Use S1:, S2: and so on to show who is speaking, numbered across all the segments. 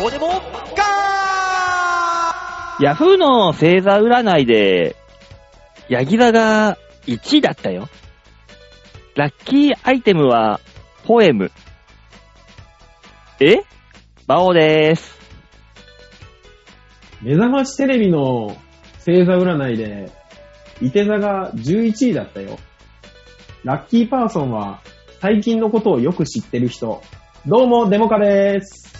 S1: どうでもガ
S2: ヤフーの星座占いで、ヤギ座が1位だったよ。ラッキーアイテムは、ポエム。えバオでーす。
S3: 目覚ましテレビの星座占いで、伊手座が11位だったよ。ラッキーパーソンは、最近のことをよく知ってる人。どうも、デモカです。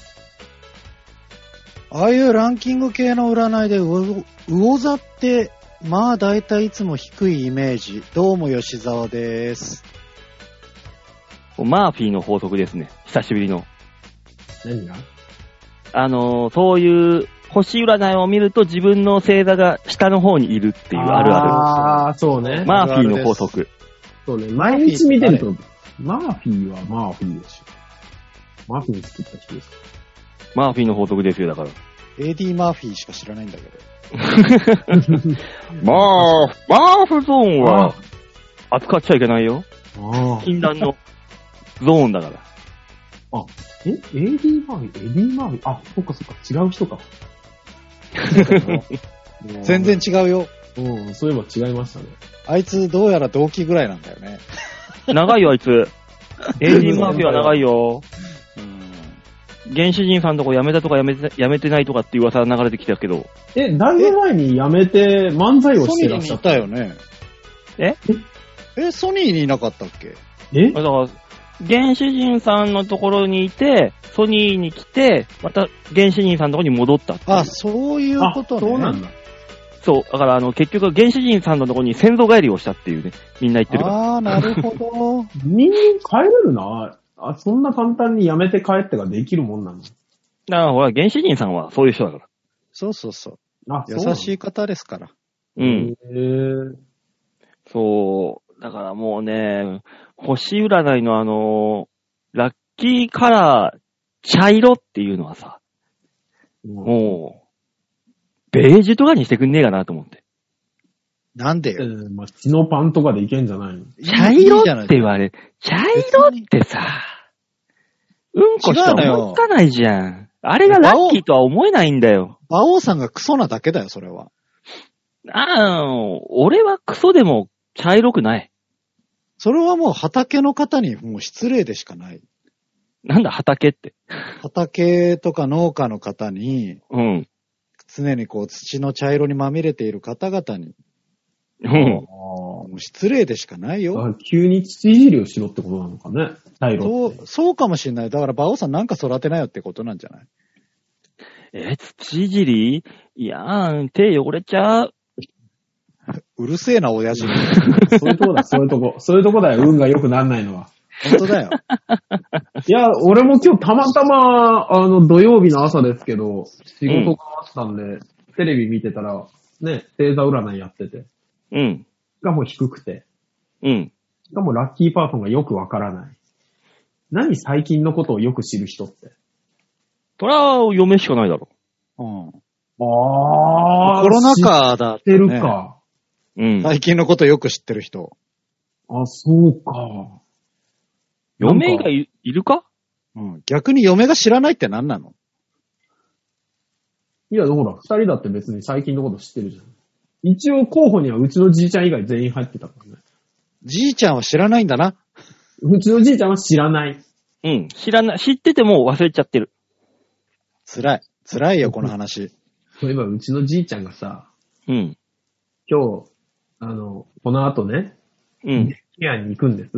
S4: ああいうランキング系の占いで、う魚座って、まあ大体いつも低いイメージ。どうも吉沢です。
S2: マーフィーの法則ですね。久しぶりの。
S3: 何が
S2: あのー、そういう星占いを見ると自分の星座が下の方にいるっていうあるあ
S3: ある。そうね
S2: る。
S4: ー
S2: マーフィー
S4: あるあるで
S2: の
S4: す
S2: 法則。
S3: そうね。毎日見てると、マーフィーはマーフィーでしょ。マーフィー作った人 です。
S2: マーフィーの法則ですよ、だから。
S4: AD マーフィーしか知らないんだけど。
S2: マーフ、マーフゾーンは、扱っちゃいけないよ。
S3: ああ。
S2: 禁断のゾーンだから。
S3: え ?AD マーフィー ?AD マーフィーあ、そっかそっか。違う人か。
S4: 全然違うよ。
S3: うん、そういえば違いましたね。
S4: あいつどうやら同期ぐらいなんだよね。
S2: 長いよ、あい つ。エイジンマーフィーは長いよ。
S4: うん。
S2: 原始人さんとこ辞めたとか辞めて辞めてないとかっていう噂流れてきたけど。
S3: え、だいぶ前に辞めて漫才を
S4: ソ
S3: して
S4: ニー
S3: らっ
S4: に
S3: しゃ
S4: い
S3: った。
S4: たよね。
S2: え
S4: え、ソニーにいなかったっけ
S3: え
S2: だから、原始人さんのところにいて、ソニーに来て、また原始人さんのところに戻ったっていう
S4: あ、そういう
S3: あ、
S4: ことね。
S3: そうなんだ。
S2: そう。だから、あの、結局原始人さんのところに先祖返りをしたっていうね、みんな言ってるから。
S4: ああ、なるほど。
S3: 人間変えれるな。あ、そんな簡単に辞めて帰ってができるもんなの。
S2: だから、ほら、原始人さんはそういう人だから。
S4: そうそうそう。
S3: あ、そうなの
S4: 優しい方ですから。
S2: うん。
S3: へー
S2: そう。だからもうね、星占いのあの、ラッキーカラー、茶色っていうのはさ、
S3: うん
S2: もう、ベージュとかにしてくんねえかなと思って。
S4: なんで
S3: え
S4: よ。
S3: ーまあ、血のパンとかでいけんじゃないの
S2: 茶
S4: いい
S2: 色っ
S4: じゃない
S2: て言われ、茶色ってさ、うんこしか思いつかないじゃん。あれがラッキーとは思えないんだよ。
S4: 馬王さんがクソなだけだよ、それは。
S2: ああ、俺はクソでも茶色くない。
S4: それはもう畑の方にもう失礼でしかない。
S2: なんだ、畑って。
S4: 畑とか農家の方に、
S2: うん。
S4: 常にこう土の茶色にまみれている方々に、
S2: うん。
S3: あ
S4: もう失礼でしかないよ。
S3: あ。急に土いじりをしろってことなのかね。茶
S4: そ
S3: 色って。
S4: う、そうかもしれない。だから、馬王さんなんか育てなよってことなんじゃない
S2: え、土いじりいやー、手汚れちゃう。
S4: うるせえな、親 父。
S3: そういうとこだ、そういうとこ。そういうとこだよ、運が良くなんないのは。
S4: 本当だよ。
S3: いや、俺も今日たまたま、あの、土曜日の朝ですけど、仕事があったんで、テレビ見てたら、ね、星座占いやってて、
S2: うん。
S3: がもう低くて、
S2: うん。
S3: しかもラッキーパーソンがよくわからない。何最近のことをよく知る人って。
S2: それは嫁しかないだろ。
S4: うん。コ
S3: あ
S4: ロナ
S3: 知っ
S4: 禍だってて、ね。
S3: るか。
S2: うん。
S4: 最近のことよく知ってる人。
S3: あ、そうか。
S2: 嫁がいいるか
S4: うん。逆に嫁が知らないって何なの
S3: いや、ほら、二人だって別に最近のこと知ってるじゃん。一応候補にはうちのじいちゃん以外全員入ってたからね。
S4: じいちゃんは知らないんだな。
S3: うちのじいちゃんは知らない。
S2: うん。知らない。知ってても忘れちゃってる。
S4: 辛い。辛いよ、この話。
S3: そういえばうちのじいちゃんがさ、
S2: うん。
S3: 今日、あの、この後ね、
S2: うん。
S3: ケアに行くんです。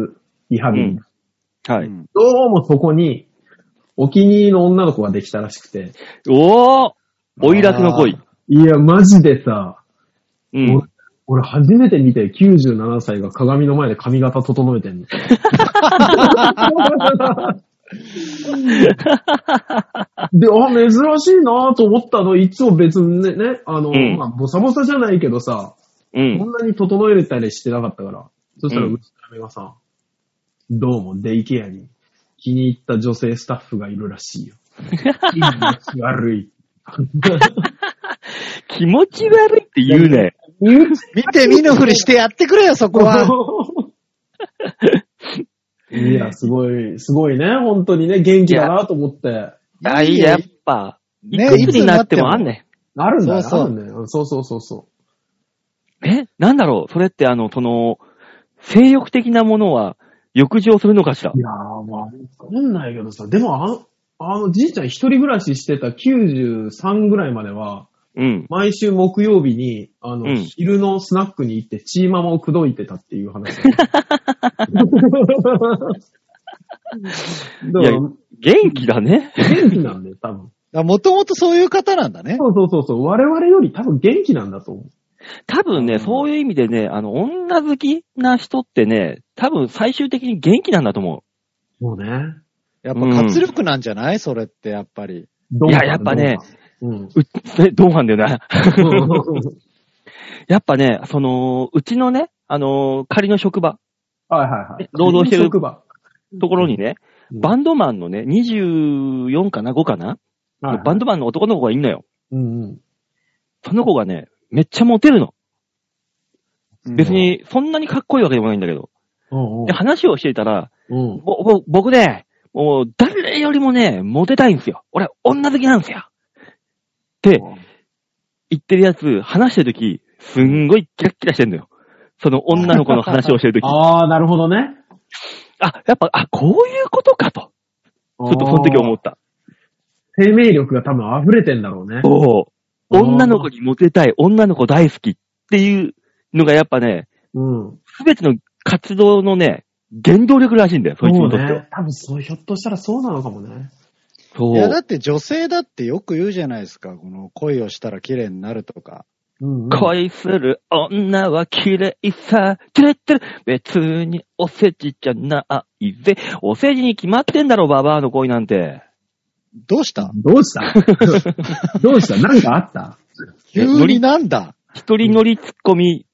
S3: リハビリ。
S2: うんはい。
S4: うん
S3: どうもそこに、お気に入りの女の子ができたらしくて。
S2: おーおいらくの恋。
S3: いや、マジでさ、
S2: うん。
S3: 俺初めて見て97歳が鏡の前で髪型整えてん の。で、あ、珍しいなと思ったの、いつも別にね、ねあの、
S2: うん
S3: まあ、ボサボサじゃないけどさ、
S2: うん
S3: こ。んなに整えたりしてなかったから。そしたら、
S2: うん
S3: うちの嫁がさ、どうも、デイケアに気に入った女性スタッフがいるらしいよ。気持ち悪い。
S2: 気持ち悪いって言うね。
S4: 見て見ぬふりしてやってくれよ、そ こは。
S3: いや、すごい、すごいね、本当にね、元気だなと思って。
S2: いや、いいねやっぱ。いくつになってもあん
S4: ん。
S2: ね
S3: あるんだよ、
S4: そうそう
S3: あるんだよ。うんそうそうそうそ
S2: ん。えなんだろうそれってあの、その、性欲的なものは、浴場するのかしら
S3: う。いやー、まあ、わかんないけどさ、でもあの、あの、じいちゃん一人暮らししてた93ぐらいまでは、
S2: うん。
S3: 毎週木曜日に、あの、
S2: うん
S3: 昼のスナックに行って、チーママを口説いてたっていう 話。 だ
S2: い
S3: か
S2: や
S3: ら、
S2: 元気だね。
S3: 元気なんだよ、多分。
S4: もともとそういう方なんだね。
S3: そうそうそうそう、我々より多分元気なんだと思う。
S2: 多分ね、そういう意味でね、あの、女好きな人ってね、多分最終的に元気なんだと思
S3: そうね。
S4: やっぱ活力なんじゃないそれってやっぱり。
S3: どうか
S2: いややっぱね。
S3: どうかうん。
S2: う。う、え、どう なんだよな。 やっぱね、その、うちのね、あのー仮の職場、
S3: はいはいはい。
S2: 労働してる
S3: 職場。
S2: ところにね、
S3: うん
S2: バンドマンのね、24かな、5かな、
S3: はいはい
S2: バンドマンの男の子がいんのよ。
S3: うんうん。
S2: その子がね、めっちゃモテるの。別に、そんなにかっこいいわけでもないんだけど。
S3: うんうん
S2: で、話をしていたら、
S3: うん。
S2: ぼ、ぼ、僕ね、もう、誰よりもね、モテたいんですよ。俺、女好きなんですよ。って言ってるやつ、話してるとき、すんごいキラッキラしてんのよ。その女の子の話をしてるとき。
S3: ああ、なるほどね。
S2: あ、やっぱ、あ、こういうことかと。
S3: ち
S2: ちょっとその時思
S3: う
S2: っ。た。
S3: 生命力が多分溢れてんだろうね。
S2: お
S3: あー
S2: 女の子にモテたい、女の子大好きっていうのがやっぱね、
S3: うん。
S2: すべての活動のね、原動力らしいんだよ、そいつ
S3: そ
S2: に
S3: う
S2: とっては。
S3: ね。多分そう、ひょっとしたらそうなのかもね。
S2: そう,、
S4: いや、だって女性だってよく言うじゃないですか。この恋をしたら綺麗になるとか。
S3: うんうん。
S2: 恋する女は綺麗さ、キレってる。別にお世辞じゃないぜ。お世辞に決まってんだろ、ババアの恋なんて。
S4: どうした
S3: どうしたどうしたなんかあった
S4: 急
S2: ノリ
S4: になんだ、
S2: 一人乗りツッコミ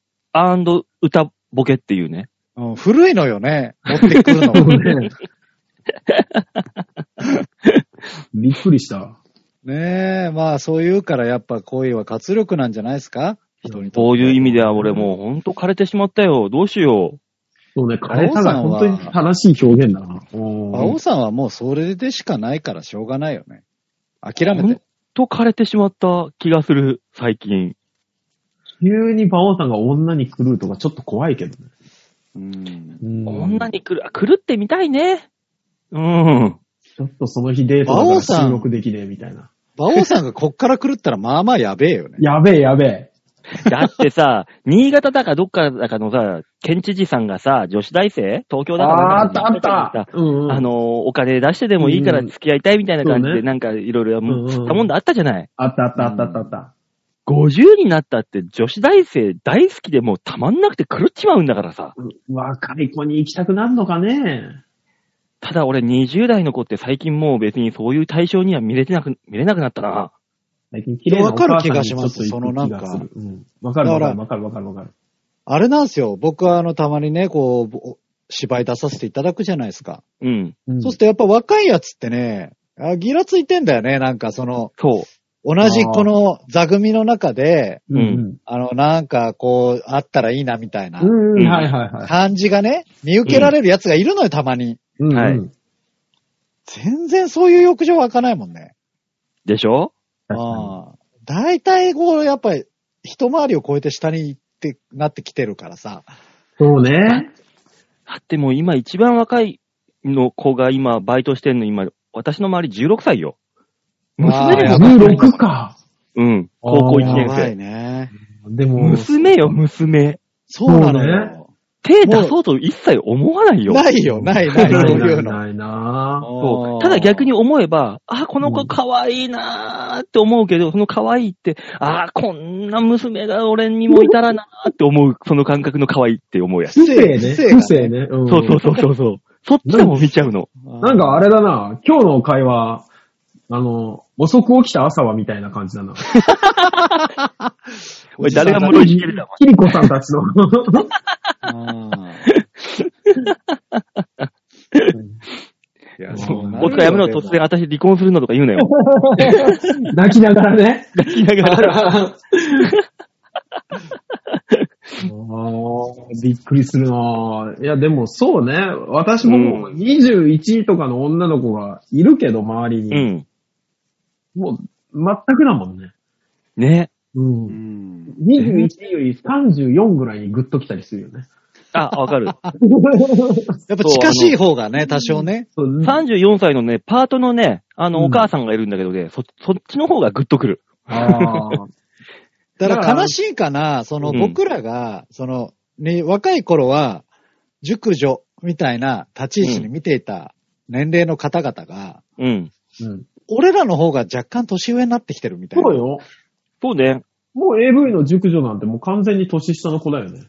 S2: 歌ボケっていうね。
S4: うん、古いのよね。持って くるの
S3: そう
S4: も。
S3: ね びっくりした。
S4: ねえ、まあそう言うからやっぱ恋は活力なんじゃないですか人にとって。
S2: こういう意味では俺もうほんと枯れてしまったよ。どうしよ
S3: そうね、枯れたが
S4: 馬王
S3: 本
S4: さ
S3: 当
S4: んは
S3: に正しい表現だな。
S4: 馬
S3: お
S4: 王
S3: ー
S4: さんはもうそれでしかないからしょうがないよね。諦
S2: う。ほ
S4: め
S2: ん
S4: て。
S2: と枯れてしまった気がする、最近。
S3: 急に馬王さんが女に狂うとかちょっと怖いけどね。
S4: うん。
S3: うん
S2: 女に狂、狂ってみたいね。うん。
S3: ちょっとその日デートだ
S4: 馬王
S3: から
S4: さん
S3: 収録できねえみたいな。
S4: 馬王さんがこっから狂ったらまあまあやべえよね。
S3: やべえやべえ。
S2: だって さ、新潟だかどっかだかのさ、県知事さんがさ、女子大生東京だか
S3: あー
S2: ら
S3: あったあった。うんうん
S2: あ、の、お金出してでもいいから付き合いたいみたいな感じ
S3: そう
S2: で、
S3: ね
S2: なんかいろいろ、
S3: んうん
S2: もう、たもんだあったじゃない。
S3: あったあったあったあったあった。
S2: 50になったって女子大生大好きでもうたまんなくて狂っちまうんだからさ。
S3: うん若い子に行きたくなるのかね。
S2: ただ俺20代の子って最近もう別にそういう対象には見れてなく、見れなくなったな。
S3: 最近綺麗なお母さんにちょっと行く
S4: わかる気がしますそのな
S3: 気
S4: ん
S3: が
S4: か
S3: する。うんわかるわかるわかるわかるわかる。
S4: あれなんですよ。僕はあのたまにね、こうぼ、芝居出させていただくじゃないですか。
S2: うん。
S3: うん
S4: そうするとやっぱ若いやつってね、あギラついてんだよね。なんかその、
S2: そう。
S4: 同じこの座組の中で、
S3: うんうん
S4: あの、なんかこう、あったらいいなみたいな
S3: うん
S2: う
S3: うんん、はいはいはい。
S4: 感じがね、見受けられるやつがいるのよ、たまに。
S3: うんうん
S2: はい
S4: 全然そういう浴場湧かないもんね。
S2: でしょ
S3: 確かに
S4: ああ大体こう、やっぱり、一回りを超えて下に行って、なってきてるからさ。
S3: そうね。
S2: だってもう今一番若いの子が今バイトしてんの今、私の周り16歳よ。娘だ
S4: あ
S2: よ。
S4: ー
S3: 16か。
S2: うん。高校1
S3: 危
S4: や
S2: 年
S4: ば
S2: 生。
S4: いね。
S3: でも、
S2: 娘よ、娘。
S4: そうなのよ。
S2: 手出そうと一切思わないよ。
S4: ないよ、ないない、
S3: な
S4: そう
S3: い
S4: い
S3: な
S4: う
S3: い
S4: の。
S3: ないな
S2: そ
S4: あ
S2: う。
S4: ー
S2: ただ逆に思えば、あ、この子可愛いなーって思うけど、その可愛いって、あ、こんな娘が俺にもいたらなーって思う、その感覚の可愛いって思うやつ。
S3: 不
S4: 正
S3: 正ね。
S4: 不正が
S3: 不正ね。うん
S2: そうそうそうそうそう。そっちでも見ちゃうの。
S3: なんかあれだな、今日の会話、あの、遅く起きた朝はみたいな感じだな。
S2: 俺誰が物言いしてるだろ
S3: キリコさんたち の。
S4: うんいや
S3: そう
S4: な
S3: なる
S4: るよ
S2: お疲れやめろ、突然。私離婚するのとか言うなよ。
S3: 泣きながらね。
S2: 泣きながら。
S3: あーびっくりするなぁいや、でもそうね。私ももう21とかの女の子がいるけど、周 り
S2: う
S3: に。
S2: ん。
S3: もう、全くだもんね。
S2: ね。
S3: うん
S4: う。ん。
S3: 21より34ぐらいにグッと来たりするよね。
S2: あ、わかる。
S4: やっぱ近しい方がね、多少ね。
S3: そう
S2: 34歳のね、パートのね、あ
S3: う
S2: の、
S3: ん
S2: お母さんがいるんだけどね、そ、そっちの方がグッとくる。
S3: あー
S4: だから悲しいかな、その
S2: うん
S4: 僕らが、その、ね、若い頃は、熟女みたいな立ち位置に見ていた年齢の方々が、
S2: うん。
S3: うん
S4: 俺らの方が若干年上になってきてるみたい
S3: そう
S4: な。
S3: よ。
S2: そうね。
S3: もう AV の熟女なんてもう完全に年下の子だよね。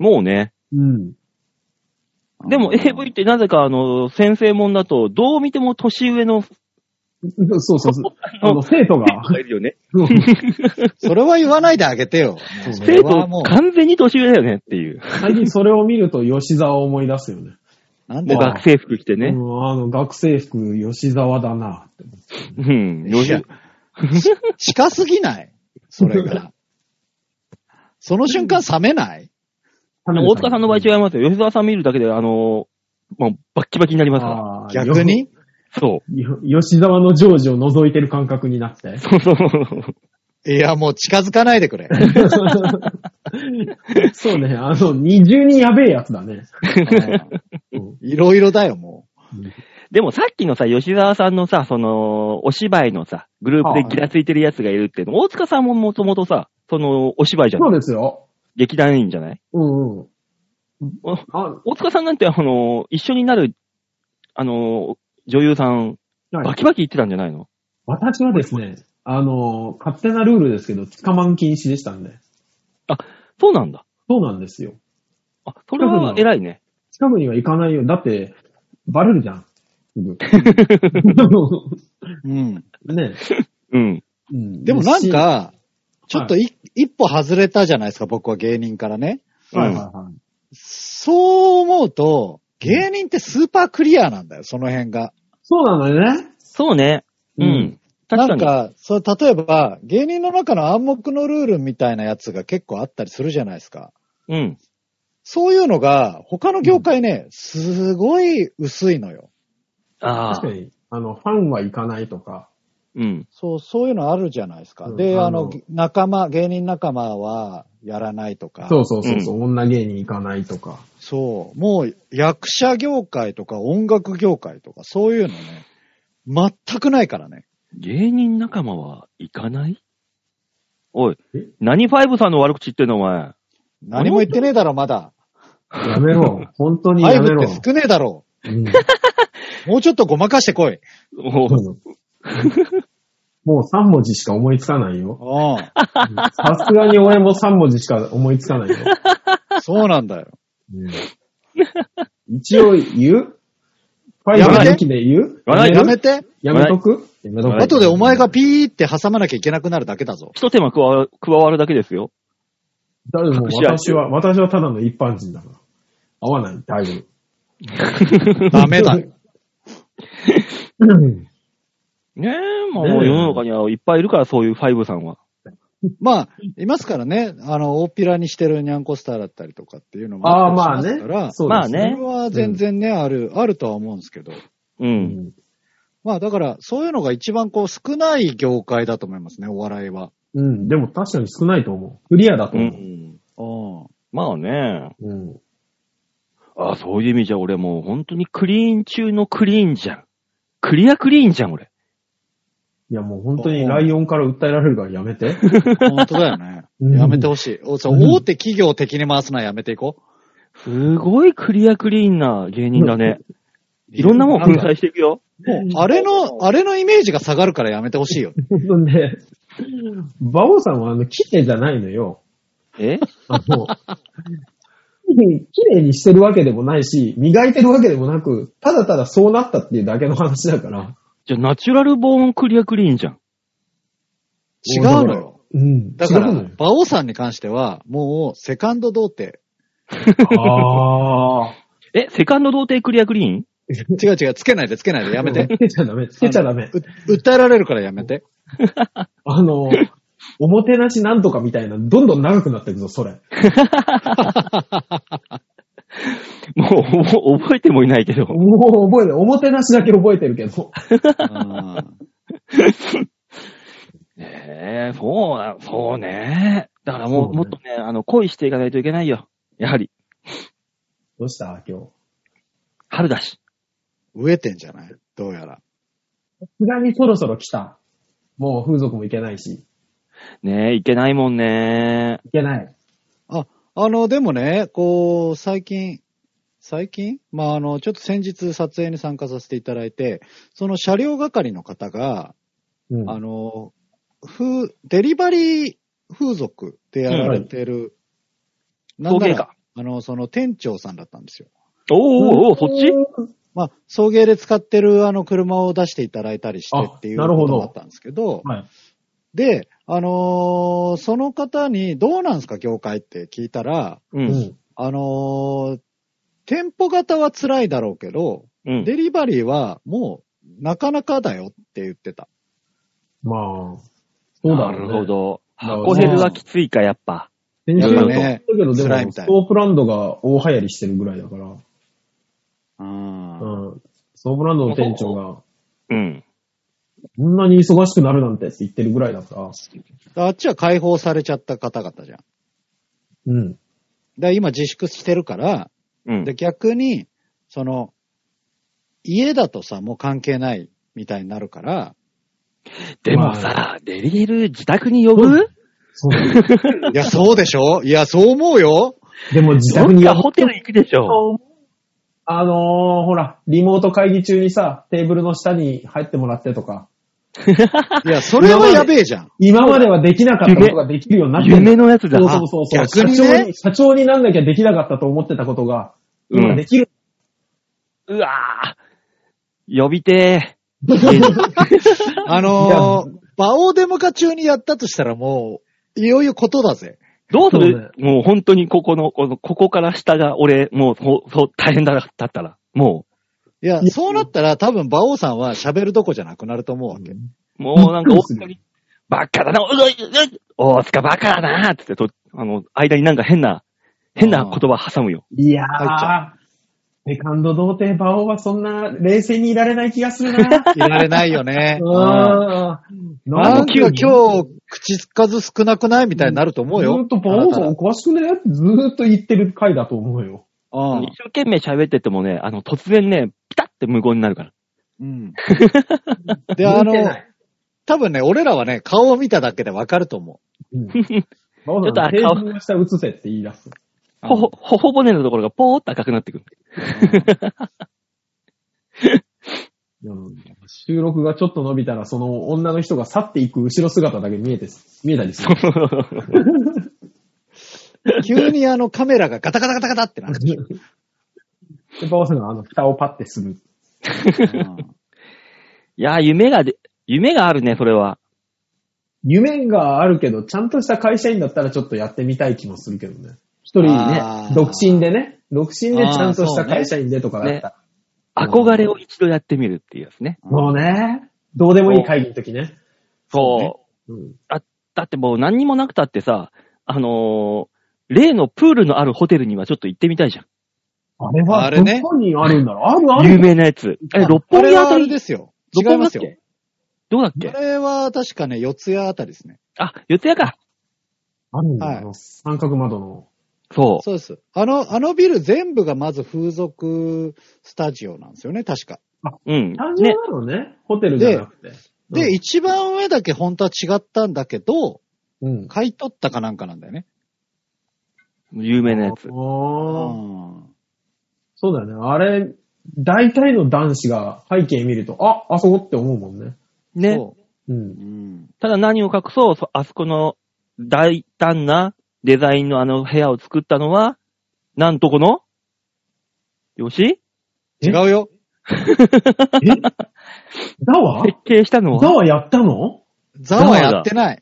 S2: もうね。
S3: うん。
S2: でも AV ってなぜかあの、先生もんだと、どう見ても年上の
S3: そうそうそう。 あの、生徒が。
S2: がいるよね。
S3: そう
S4: それは言わないであげてよ。それ
S2: 生
S4: は
S2: 徒
S4: も、
S2: 完全に年上だよねっていう。
S3: 最近それを見ると吉沢を思い出すよね。
S4: う、なん
S2: で、
S4: で
S3: もう
S2: 学生服着て
S3: う
S2: ね。
S3: ん、あの、学生服吉沢だなって。
S2: うん。
S4: いや
S2: 40
S4: 近すぎないそれが。その瞬間冷めない
S2: 大塚さんの場合違いますよ。吉沢さん見るだけで、あの、まあ、バッキバキになりますか
S3: あー
S4: 逆に
S2: ら。そう。
S3: よ吉沢のジョージを覗いてる感覚にな って。
S2: そうそうそう。
S4: いや、もう近づかないでく れ。
S3: そうね、あの、二重にやべえやつだね。うん
S4: いろいろだよ、も
S2: でもさっきのさ、吉沢さんのさ、その、お芝居のさ、グループでギラついてるやつがいるっていうの、大塚さんももともとさ、その、お芝居じゃな
S3: そ
S2: いう
S3: ですよ。
S2: 劇団員じゃない
S3: うんうん。
S2: お
S3: あ、
S2: 大塚さんなんて、あの、一緒になる、あの、女優さん、
S3: はい
S2: バキバキ言ってたんじゃないの
S3: 私はですね、あの、勝手なルールですけど、捕まん禁止でしたんで。
S2: そうなんだ。
S3: そうなんですよ。
S2: あ、それは偉いね。
S3: 近くには行かないよ。だって、バレるじゃん。す ぐ
S4: う。うん。
S3: ね、
S2: うん。
S3: うん
S4: でもなん、
S3: は
S4: か、ちょっとい一歩外れたじゃないですか、僕は芸人からね。
S3: いはいはい。
S4: そう思うと、芸人ってスーパークリアなんだよ、その辺が。
S3: そうなのよね。
S2: そうね。う
S3: うん
S2: ん。確
S4: な
S2: か
S4: ん
S2: に。
S4: か、そう、例えば、芸人の中の暗黙のルールみたいなやつが結構あったりするじゃないですか。
S2: うん。
S4: そういうのが、他の業界ね、すごい薄いのよ。
S2: ああ
S3: 確か。に。あの、ファンは行かないとか。
S2: うん。そう。
S4: そういうのあるじゃないですか。
S3: うん
S4: で、
S3: あ
S4: あ
S3: の
S4: の、仲間、芸人仲間はやらないとか。
S3: そうそうそうそう、女芸人行かないとか。
S4: そう。もう役者業界とか音楽業界とかそういうのね、全くないからね。
S2: 芸人仲間は行かないおい
S3: え、
S2: 何ファイブさんの悪口言ってんの、お前。
S4: 何も言ってねえだろ、まだ。
S3: やめろ。本当に
S4: ライ
S3: やめ
S4: ブっ
S3: ろ。
S4: て少ねえだろ。
S3: うん
S4: もうちょっとごまかしてこい。
S2: お
S3: そ
S2: う
S3: うそうもう3文字しか思いつかないよ。
S4: う
S3: さすがに俺も3文字しか思いつかないよ。
S4: ん。そうなんだよ。
S3: うん一応言うファイバー抜きで言う
S2: やめて
S3: や
S4: やめて。
S3: めとくやめとく
S4: 後でお前がピーって挟まなきゃいけなくなるだけだぞ。
S2: 一手間加わる加わるだけですよ。
S3: だからもう私は、私はただの一般人だから。合わない、大丈
S4: ダメだよ。
S3: 夫。
S2: ねえ、もう
S3: ねえ
S2: 世の中にはいっぱいいるから、そういうファイブさんは。
S4: まあ、いますからね。あの、大っぴらにしてるニャンコスターだったりとかっていうのも
S3: ああ、ま
S4: あ
S3: あ
S4: ったり
S3: ね
S4: しますから。。
S3: そう
S2: ま
S3: で
S2: あ
S3: す
S4: そ
S2: ね
S4: れは全然ね、ある、あるとは思うんですけど。
S2: う。
S3: うんん
S4: まあだから、そういうのが一番こう少ない業界だと思いますね、お笑いは。
S3: うん、でも確かに少ないと思う。クリアだと
S2: う
S3: 思う。
S2: ん。
S4: うん。
S2: まあね。
S3: うん。
S2: ああそういう意味じゃ俺もう本当にクリーン中のクリーンじゃん。クリアクリーンじゃん、俺。
S3: いや、もう本当にライオンから訴えられるからやめて。
S4: 本当だよね。
S3: うん
S4: やめてほしい。おそう
S3: うん
S4: 大手企業を敵に回すのはやめていこ
S2: すごいクリアクリーンな芸人だ ね。いろんなもん粉
S4: なん
S2: 砕していくよ。
S4: う。あれの、あれのイメージが下がるからやめてほしいよ。
S3: ほんで、馬王さんはあの、綺麗じゃないのよ。
S2: え
S3: あの、綺麗にしてるわけでもないし、磨いてるわけでもなく、ただただそうなったっていうだけの話だから。
S2: じゃあ、ナチュラルボーンクリアクリーンじゃん。
S4: 違うのよ。
S3: うん。
S4: だから、
S3: 違うのよ。
S4: 馬王さんに関しては、もう、セカンド童貞。
S3: ああ。
S2: え、セカンド童貞クリアクリーン
S4: 違う違う、つけないでつけない で、や めて。
S3: つけちゃダメ、つけちゃダメ。
S4: う訴えられるからやめて。
S3: あの、おもてなしなんとかみたいな、どんどん長くなっていくぞ、それ。
S2: もう、おぼ覚えてもいないけ ど。
S3: もう覚えて、おもてなしだけ覚えてるけど。
S4: うん
S2: そうな、そうね。だからもう、
S3: そうね
S2: もっとね、あの、恋していかないといけないよ。やはり、
S3: どうした今日。
S2: 春だし。
S4: 飢えてんじゃないどうやら。
S3: 普段にそろそろ来た。もう風俗も行けないし。
S2: ねえ、いけないもんね。
S3: 行けない。
S4: あ、あの、でもね、こう、最近、最近まあ、あの、ちょっと先日撮影に参加させていただいて、その車両係の方が、
S3: うん。
S4: あの、風、デリバリー風俗でやられてる、なん
S2: 陶
S4: な
S2: 芸
S4: ら
S2: 家。
S4: あの、その店長さんだったんですよ。
S2: おーおーおーそっち
S4: まあ、送迎で使ってるあの車を出していただいたりしてっていう
S3: あなるほ
S4: こ
S3: ど
S4: とだったんですけど、
S3: はい。
S4: で、あのーその方にどうなんですか、業界って聞いたら、
S2: う。
S3: うんん。
S4: あのー店舗型は辛いだろうけど、
S2: うん。
S4: デリバリーはもうなかなかだよって言ってた。
S3: まあ、そうだろ
S2: な
S3: うね
S2: るほ。ど。
S3: なるほ
S2: コ
S3: ど
S4: 箱
S2: ヘルはきついか、やっぱ。
S3: 先週
S2: や
S3: だ
S2: っぱ
S4: ね
S3: けど、で
S4: 辛い
S3: も、
S4: みた
S3: ソ
S4: い
S3: ープランドが大流行りしてるぐらいだから、
S4: うん
S3: うん。ソープランドの店長が、
S2: うん。
S3: こんなに忙しくなるなんてって言ってるぐらいだから、
S4: あっちは解放されちゃった方々じゃん。
S3: うん。
S4: だから今自粛してるから、
S2: うん。
S4: で逆に、その、家だとさ、もう関係ないみたいになるから、
S2: でもさ、デリヘル自宅に呼ぶ
S3: そうだね
S4: いや、そうでしょいや、そう思うよ。
S3: でも自
S2: ど
S3: 宅
S2: っ
S3: に
S2: か
S3: は
S2: ホテル行くでしょ。
S3: あのー、ほら、リモート会議中にさ、テーブルの下に入ってもらってとか、
S4: いや、それはやべえじゃん。
S3: 今まではできなかったことができるようになってる
S2: 夢のやつだ。
S3: そうそうそうそう。
S4: 逆にね
S3: 社長に、社長になんなきゃできなかったと思ってたことが、
S2: うん
S3: 今できる。
S2: うわぁ。呼びて
S4: あのー、場をデモ化中にやったとしたらもう、いよいよことだぜ。
S2: ー。どうす
S3: そうね
S2: るもう本当にここの、この、ここから下が俺、もう、そう、そう、大変だだったら。も
S4: いや
S3: い、や
S4: そうなったら多分馬王さんは喋るどこじゃなくなると思うわけ。
S2: う、もうなんか、
S3: び
S2: お
S3: っ
S2: っ
S3: くりする
S2: かに、バカだな、おいおいおい大塚バカだなーつってと、あの、間になんか変な、変な言葉挟むよ。
S3: いや
S4: 入っち
S3: ー、セカンド童貞馬王はそんな冷静にいられない気がす るな。。
S4: いられないよねうん
S3: うん。
S4: なんか今
S3: ずっ
S4: 日、口数少なくないみたいになると思うよ。
S3: と馬王さ
S4: あ
S3: ん
S4: な
S3: お詳しくねってずーっと言ってる回だと思うよ。
S4: たが
S2: 一生懸命喋っててもね、あの、突然ね、ピタって無言になる から。
S4: うん。うん。で、あの
S3: 向い、てない
S4: 多分ね、俺らはね、顔を見ただけでわかると思
S3: うん、馬王さん、
S2: ちょっと
S3: テ
S2: 顔
S3: ーブルの下映せって言い出す。
S4: う。
S2: ほほ、ほほ骨のところがポーっと赤くなってくる。
S3: うん収録がちょっと伸びたら、その女の人が去っていく後ろ姿だけ見えて、見えたりする。
S4: うん急にあのカメラがガタガタガタガタってなるで しょ。
S3: で、馬王さんがあの、蓋をパッてする。
S4: うん
S2: いやー、夢がで、夢があるね、それは。
S3: 夢があるけど、ちゃんとした会社員だったらちょっとやってみたい気もするけどね。一人
S4: あ
S3: ね、
S4: ー
S3: 独身でね、独身でちゃんとし
S4: あーそう
S3: た
S4: ね
S3: 会社員でとかだったら。
S2: 憧れを一度やってみるっていうやつね。
S3: もうね、どうでもいい会議の時ね。
S4: そうね
S2: そう。
S3: うん。
S2: だってもう何にもなくたってさ、あのー例のプールのあるホテルにはちょっと行ってみたいじゃん。
S3: あれは、
S4: あれね
S3: どこにあるんだろうあるあ
S2: 有
S3: る。
S2: 名なやつ。え、六本
S4: こ
S2: 木
S4: れ
S2: あ
S4: はあ
S2: た
S4: れ
S2: り
S4: ですよ。
S2: ど
S4: 違い
S2: こだ
S4: ま
S2: っ
S4: す
S2: け
S4: よ。
S2: どうだっ
S4: こ
S2: け
S4: れは確かね、四ツ谷あたりですね。
S2: あ、四谷か。
S3: あるんだ
S4: はい
S3: あの三角窓の。
S2: そ
S4: そうです。あの、あのビル全部がまず風俗スタジオなんですよね、確か。
S2: う。うん。
S3: 単
S2: ね
S3: 純。なのね、ホテルじゃなくて。う
S4: で、
S3: ん
S4: 一番上だけ本当は違ったんだけど、
S3: うん。
S4: 買い取ったかなんかなんだよね。
S2: 有名なやつ。
S3: おー
S4: うん
S3: そうだよね。あれ、大体の男子が背景見ると、あ、あそこって思うもんね。
S2: ね。
S4: そう う。
S3: ん。
S4: うん
S2: ただ何を隠そう、そあそこの大胆なデザインのあの部屋を作ったのは、なんとこのよし
S3: え
S4: 違うよ。
S3: えだわ
S2: 設計したの
S3: だ
S2: は
S3: わやった の
S4: ザワやってない。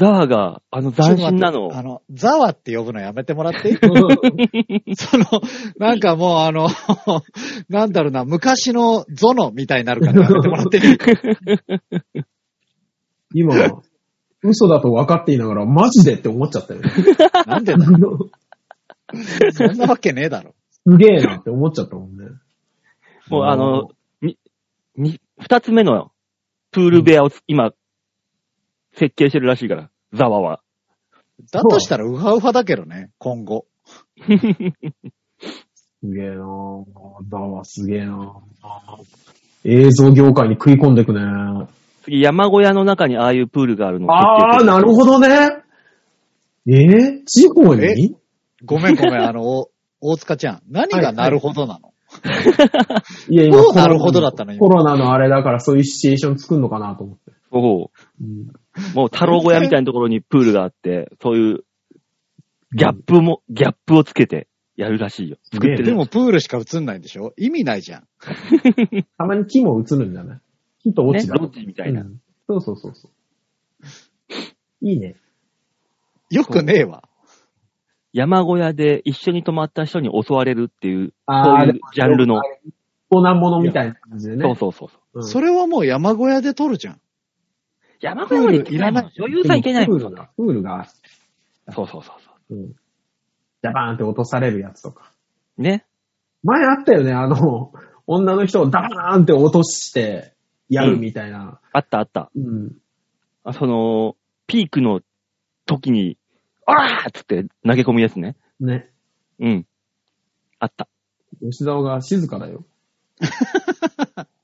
S2: ザワが、あの斬新な
S4: ちょ
S2: の
S4: っと待ってあの、ザワって呼ぶのやめてもらっていい
S3: う
S4: その、なんかもうあの、 なんだろうな、昔のゾノみたいになるからやめてもらっていい
S3: ん今、嘘だと分かっていながら、マジでって思っちゃっ たよね。
S4: なんでだそんなわけねえだろ。
S3: すげえなって思っちゃったもんね。
S2: もうあの、に、に、二つ目のプール部屋を今、設計してるらしいから。ザワは。
S4: だとしたらウハウハだけどね、今後。
S3: すげえなぁ。だわ、すげえなぁ。映像業界に食い込んでくね。
S2: 次、山小屋の中にああいうプールがあるのを設定
S3: あ
S2: す
S3: ー、なるほどね。えー、地方に
S4: ごめんごめん、あの、 お大塚ちゃん。何がなるほどなの、
S3: いや、
S4: もう
S3: コロナ
S4: なるほどだったの今
S3: コロナのあれだからそういうシチュエーション作るのかなと思って。
S2: そ
S3: うん
S2: う。もう太郎小屋みたいなところにプールがあって、そういうギャップも、ギャップをつけてやるらしいよ。
S3: すげえな
S4: でもプールしか映んないんでしょ意味ないじゃん。
S3: たまに木も映るんだね。木と落
S2: ね、
S3: ちだ。
S2: ロッジみたいな
S3: う。んそうそうそうそう。いいね。
S4: よくねえわ。
S2: 山小屋で一緒に泊まった人に襲われるっていう、そ
S3: あ
S2: う
S3: ー
S2: いうジャンルの。
S3: 大人ものみたいな感じでね。
S2: そうそうそうそう。
S3: うん
S4: それはもう山小屋で撮るじゃん。
S2: 山小屋まで行ってもん女優さん行けない
S3: プ
S2: もん。
S3: ー
S2: そう
S3: ルが、プールが、
S2: そうそうそ
S3: うん。ジャバーンって落とされるやつとか。
S2: う。ね。
S3: 前あったよね、あの、女の人をダバーンって落として、やるみたいな。
S2: あったあった。
S3: うん。
S2: あその、ピークの時に、あらーっつって投げ込むやつね。
S3: ね。
S2: うん。あった。
S3: 吉沢が静かだよ。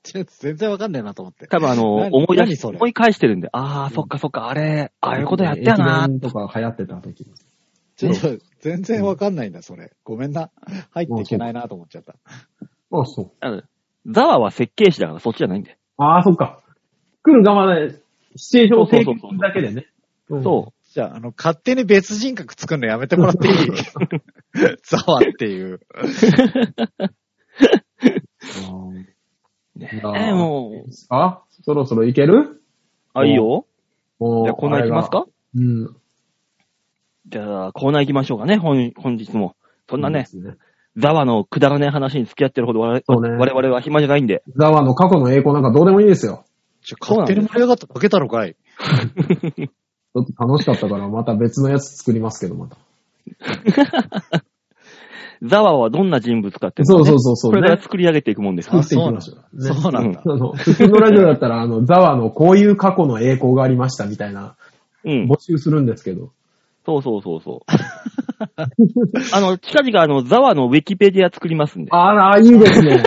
S4: ちょっと全然わかんねえなと思って。
S2: 多分あの、
S4: 何
S2: 思い出
S4: 何
S2: し、
S4: それ
S2: 思い返してるんで、あー、そっかそっか、あれ、ああいうことやったよな
S3: 駅伝とか流行ってた時。
S4: ちょっと全然わかんないんだ、それ。ごめんな。入っていけないなと思っちゃった。
S3: あ、そう。
S2: あのザワは設計士だからそっちじゃないんで。
S3: ああ、そっか。来る側で、シチュエーションを提供するだけでね。
S2: そう。
S4: じゃあ、あの、勝手に別人格作るのやめてもら っていいざわっていう。
S3: うん。うん
S2: ね
S3: あー
S2: え、もう。
S3: あ、そろそろいける
S2: あ、いいよ。
S3: もう。
S2: じゃあコーナー行きます
S3: あ
S2: か
S3: れがうん。
S2: じゃあ、コーナー行きましょうかね、本本日も。そんなね、
S3: そうです。
S2: ザワのくだらねえ話に付き合ってるほど我
S3: そう
S2: 々
S3: ね
S2: 我々は暇じゃないんで。
S3: ザワの過去の栄光なんかどうでもいいですよ。
S4: ちょ、勝手に盛り上がっただけたのかい。
S3: ちょっと楽しかったから、また別のやつ作りますけど、また。
S2: ザワはどんな人物かっていうのを
S3: そ
S2: ね、
S3: うそうそうそう、
S2: これから
S3: ね。
S2: 作り上げていくもんです
S4: そ
S3: 作
S4: う
S2: よ。
S3: っていきましょう。ね
S4: そうなんだ。
S3: あの、普通のラジオだったら、あの、ザワのこういう過去の栄光がありましたみたいな、
S2: うん。
S3: 募集するんですけど。
S2: そうそうそうそう。 あの、近々あの、ザワのウィキペディア作りますんで。
S3: あら、いいですね。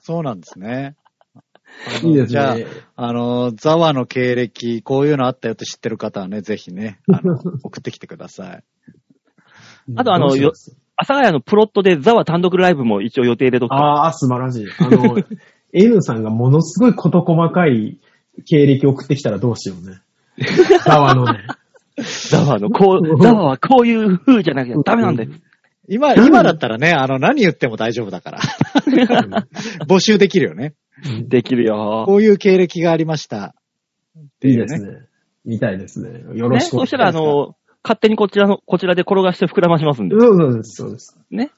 S4: そうなんですね。あの
S3: いいです
S4: じゃあ
S3: ね。、
S4: あの、ザワの経歴、こういうのあったよって知ってる方はね、ぜひね、あ の、送ってきてください。
S2: あとあのよ阿佐ヶ谷のプロットでザワ単独ライブも一応予定入れとくから。
S3: ああ、素晴らしい。あの、N さんがものすごい事細かい経歴を送ってきたらどうしようね。ザワのね。
S2: ザワのこう、ザワはこういう風じゃなきゃ ダメなんだよ。
S4: 今、今だったらね、あの、何言っても大丈夫 だから。募集できるよね。
S2: できるよ。
S4: こういう経歴がありました。
S3: いいですね。見たいですね。よろ
S2: ね、
S3: しく
S2: そ
S3: お願い
S2: し
S3: した
S2: らあ
S3: ます。
S2: の、勝手にこちらの、こちらで転がして膨らましますんで。
S3: そうそうです、そうです。
S2: ね。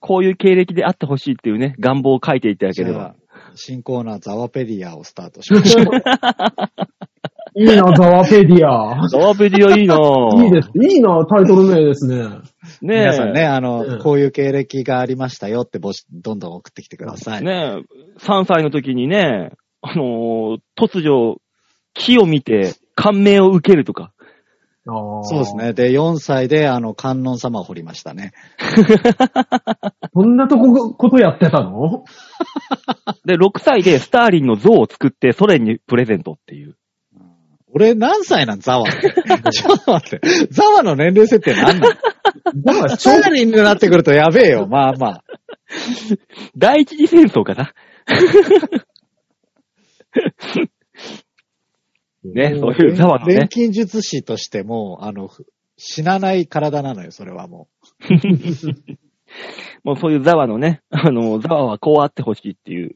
S2: こういう経歴であってほしいっていうね、願望を書いていただ
S4: じ
S2: けれ
S4: ゃあ
S2: ば。、
S4: 新コーナーザワペディアをスタートしまし ょ
S3: い
S4: う。
S3: いな、ザワペディア。
S2: ザワペディアいいなぁ。
S3: いいです。いいな、タイトル名ですね。
S2: ねえ。
S4: 皆さんね、あ
S3: うん
S4: の、こういう経歴がありましたよって募集、どんどん送ってきてください。
S2: ねえ、3歳の時にね、あのー突如、木を見て感銘を受けるとか。
S4: そうです。ね。で、4歳で、あの、観音様を掘りましたね。
S3: そんなとこ、ことやってたの
S2: で、6歳でスターリンの像を作ってソ連にプレゼントっていう。
S4: 俺何歳なんザワ って。ちょっと待って。ザワの年齢設定何なの
S3: ザ ワ、
S4: チ
S3: 超
S4: ャーリンになってくるとやべえよ。まあまあ。
S2: 第一次戦争かな。ね、そういうザワの
S4: 錬
S2: ね。
S4: 金術師としてもう、あの、ふ死なない体なのよ、それはも
S2: もうそういうザワのね、あのー、ザワはこうあってほしいっていう、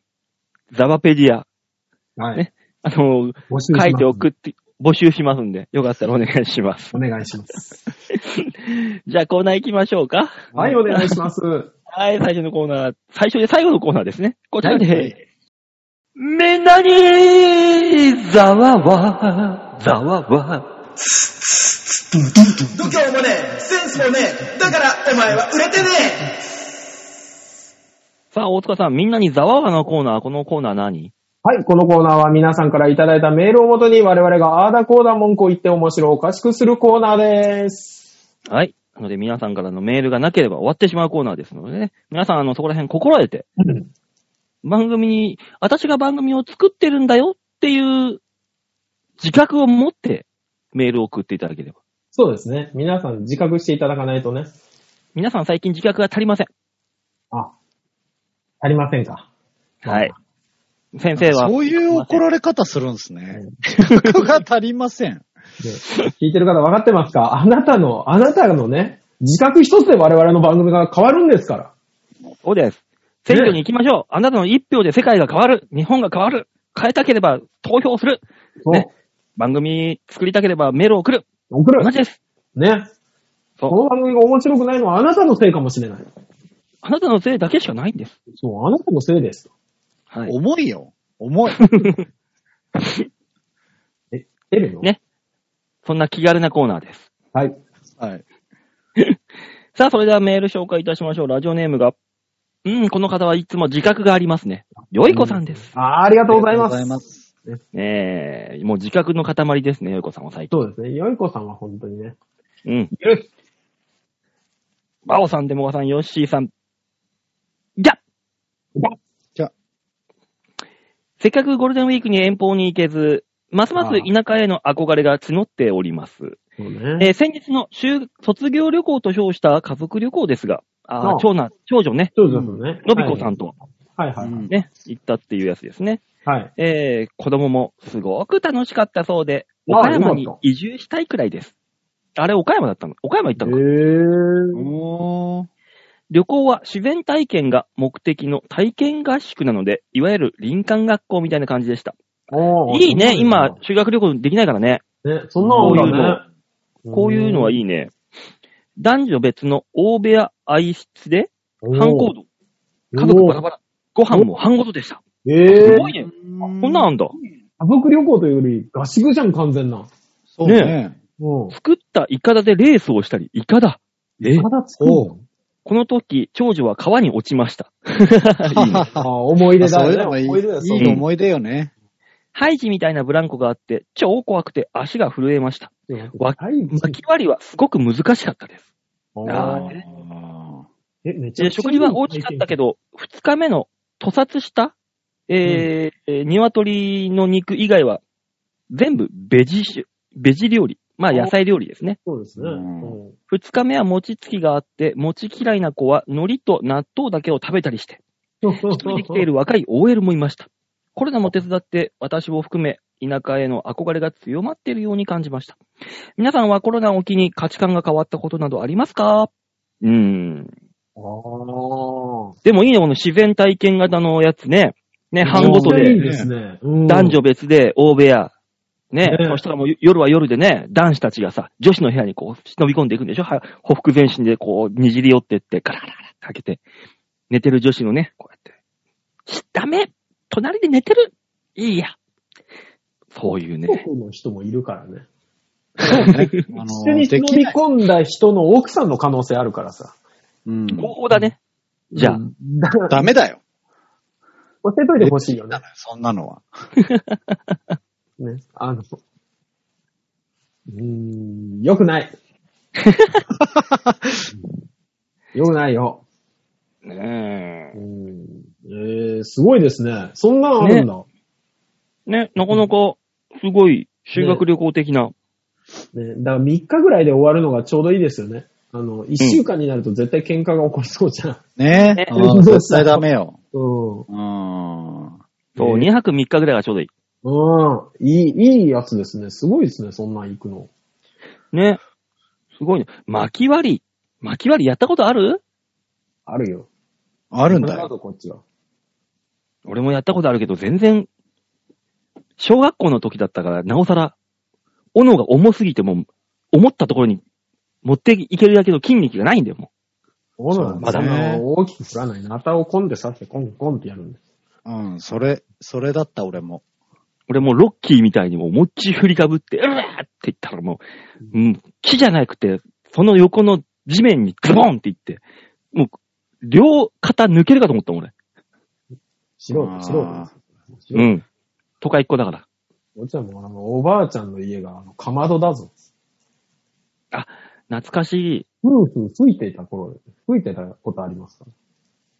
S2: ザワペディア、
S3: はい
S2: ね。あのー、
S3: 募集しま
S2: 書
S3: す
S2: いて送って、募集しますんで、よかったらお願いし ます。
S3: お願いします。
S2: じゃあコーナー行きましょうか。
S3: はい、お願いします。
S2: はい、最初のコーナー、最初で最後のコーナーですね。こちら
S3: は
S2: で。みんなに、ざわわ、ざわわ。
S1: 度胸もねえセンスもねえだからお前は売れてねえ
S2: さあ、大塚さん、みんなにざわわのコーナー、このコーナー何
S3: はい、このコーナーは皆さんからいただいたメールをもとに我々があーだこーだ文句を言って面白おかしくするコーナーです。
S2: はい。なので皆さんからのメールがなければ終わってしまうコーナーですのでね、皆さんあのそこら辺心得て、番組に、私が番組を作ってるんだよっていう自覚を持ってメールを送っていただければ。
S3: そうですね。皆さん自覚していただかないとね。
S2: 皆さん最近自覚が足りません。
S3: あ、ありませんか。
S2: はい。先生は。
S4: そういう怒られ方するんですね。自覚が足りません。
S3: で聞いてる方分かってますかあなたの、あなたのね、自覚一つで我々の番組が変わるんですから。
S2: そうです。選挙に行きましょう。あなたの一票で世界が変わる。日本が変わる。変えたければ投票する。
S3: そう。
S2: ね番組作りたければメールを送る。
S3: 送る
S2: 同。じです。
S3: ね。
S2: そう
S3: この番組が面白くないのはあなたのせいかもしれない。
S2: あなたのせいだけしかないんです。
S3: そう、あなたのせいです。
S2: はい。
S4: 重いよ。重い。
S3: エレの。
S2: ねそんな気軽なコーナーです。
S3: はい。
S4: はい。
S2: さあ、それではメール紹介いたしましょう。ラジオネームが。うん、この方はいつも自覚がありますね。よいこさんです。
S3: あーありがとうございます。
S4: ありがとうございます。
S2: ねえ、もう自覚の塊ですね、よいこさんは最近。
S3: そうですね。よいこさんは本当にね。
S2: うん。バオさん、デモカさん、ヨッシーさん。じゃ
S4: じゃ
S2: せっかくゴールデンウィークに遠方に行けず、ますます田舎への憧れが募っております。
S3: そうね。
S2: えー先日の修卒業旅行と称した家族旅行ですが、あ
S3: あ
S2: ー
S3: あ
S2: 長男、長女ね、
S3: そうですね。
S2: のびこさんと
S3: はい。はいは
S4: う
S3: いはい。
S4: ん
S2: ね、行ったっていうやつですね。
S3: はい。
S2: えー子供もすごく楽しかったそうで、
S3: ああ
S2: 岡山に
S3: よかっ
S2: 移住したいくらいです。あれ、岡山だったの岡山行ったのか、
S3: へえ。
S4: おー。
S2: 旅行は自然体験が目的の体験合宿なので、いわゆる林間学校みたいな感じでした。
S3: おー
S2: いいね、
S3: そうなん
S2: 今
S3: だ、
S2: 修学旅行できないからね。
S3: ね、そんなのあるんだね。
S2: こういうのはい
S3: い。
S2: いね。男女別の大部屋愛室で、半行動、
S3: おー
S2: 家族バラバラ、ご飯も半ごとでした。
S3: え
S2: す
S3: え
S2: ごいね。こんなんあんだ。
S3: 家族旅行というより合宿じゃん、完全な。
S4: そうね。
S3: うん。
S2: 作ったイカダでレースをしたり、イカダ。え
S3: まだ作るの
S2: この時、長女は川に落ちました。
S4: はは
S3: あ
S4: は
S3: あ、思い
S4: ま
S3: 出
S4: あそ
S3: だ
S4: ういう
S3: よ
S4: のが
S3: ね。
S4: いい。
S3: 思い出だよ、そう
S4: いい思い出よね。
S2: ハイジみたいなブランコがあって、超怖くて足が震えました。わ
S3: はい。
S2: 巻き割りはすごく難しかったです。あー
S3: え、めっち
S2: え
S3: ゃ。
S2: ー食事は大きかったけ
S3: ど。
S2: ど、二日目の屠殺した、えーえー鶏の肉以外は、全部ベジ種、ベジ料理。まあ野菜料理ですね。
S3: そうですね。
S4: うん
S3: うん
S2: 二日目は餅つきがあって、餅嫌いな子は海苔と納豆だけを食べたりして、
S3: そうそう
S2: 一人で来ている若い OL もいました。コロナも手伝って、私を含め、田舎への憧れが強まっているように感じました。皆さんはコロナを機に価値観が変わったことなどありますかうーん。
S3: あ
S2: でもいいね、この自然体験型のやつね。ね、
S3: あ。
S2: 半ごと
S3: めっちゃいい
S2: で、
S3: ですね。うん
S2: 男女別で大部屋。ね、
S3: ね
S2: そしたらもう夜は夜でね、男子たちがさ、女子の部屋にこう忍び込んでいくんでしょはほふく前進でこう、にじり寄ってって、ガラガラガラって開けて、寝てる女子のね、こうやって、しダメ隣で寝てるいいや。そういう
S3: 韓
S2: ね。
S3: 国の人もいるからね。
S4: そうね。あ
S3: 一緒
S4: の、
S3: に
S4: で
S3: 忍
S4: き
S3: び
S4: ない。
S3: 込んだ人の奥さんの可能性あるからさ。
S4: うん。
S2: 合法だね。じゃあ
S3: うん、だから、
S4: ダメだよ。
S3: 教えといてほしいよね。
S4: そんなのは。
S3: ね。あの、うーん、よくない。よくないよ。
S2: ね
S3: うーんえー、すごいですね。そんなのあるんだ。
S2: え。ね、なかなか、すごい、修学旅行的な。
S3: ね、だから3日ぐらいで終わるのがちょうどいいですよね。あの、1週間になると絶対喧嘩が起こりそうじゃん。
S4: ね
S2: ね
S4: え。うん絶対ダメよ。
S3: うん。
S4: うん。
S2: そう、
S3: ね
S2: 2泊3日ぐらいがちょうどいい。
S3: うん。いい、いいやつですね。すごいですね、そんなん行くの。
S2: ね。すごいね。巻き割り。巻き割りやったことある
S3: あるよ。
S4: あるん
S3: こ
S4: だ
S3: れだ
S4: よ。
S3: とこっちは。
S2: 俺もやったことあるけど、全然、小学校の時だったから、なおさら、斧が重すぎても、思ったところに持っていけるだけの筋肉がないんだよ、も
S3: そうなん
S4: そう
S3: だ、
S4: だ
S3: ね。
S4: ね
S3: 大きく振らない。なたをコンって刺してコンコンってやるんです。
S4: うん、それ、それだった 俺も。
S2: う。俺もうロッキーみたいにもう、もっち振りかぶって、うわーって言ったらもう、うん、木じゃなくて、その横の地面にズボンっていって、もう、両肩抜けるかと思ったもん、俺。
S3: 素人
S4: あー、
S3: 素人です。
S2: うん。都会っ子だから。
S3: おちゃんもあの、おばあちゃんの家が、あの、かまどだぞ。
S2: 懐かしい。
S3: 夫婦吹いていた頃、吹いてたことありますか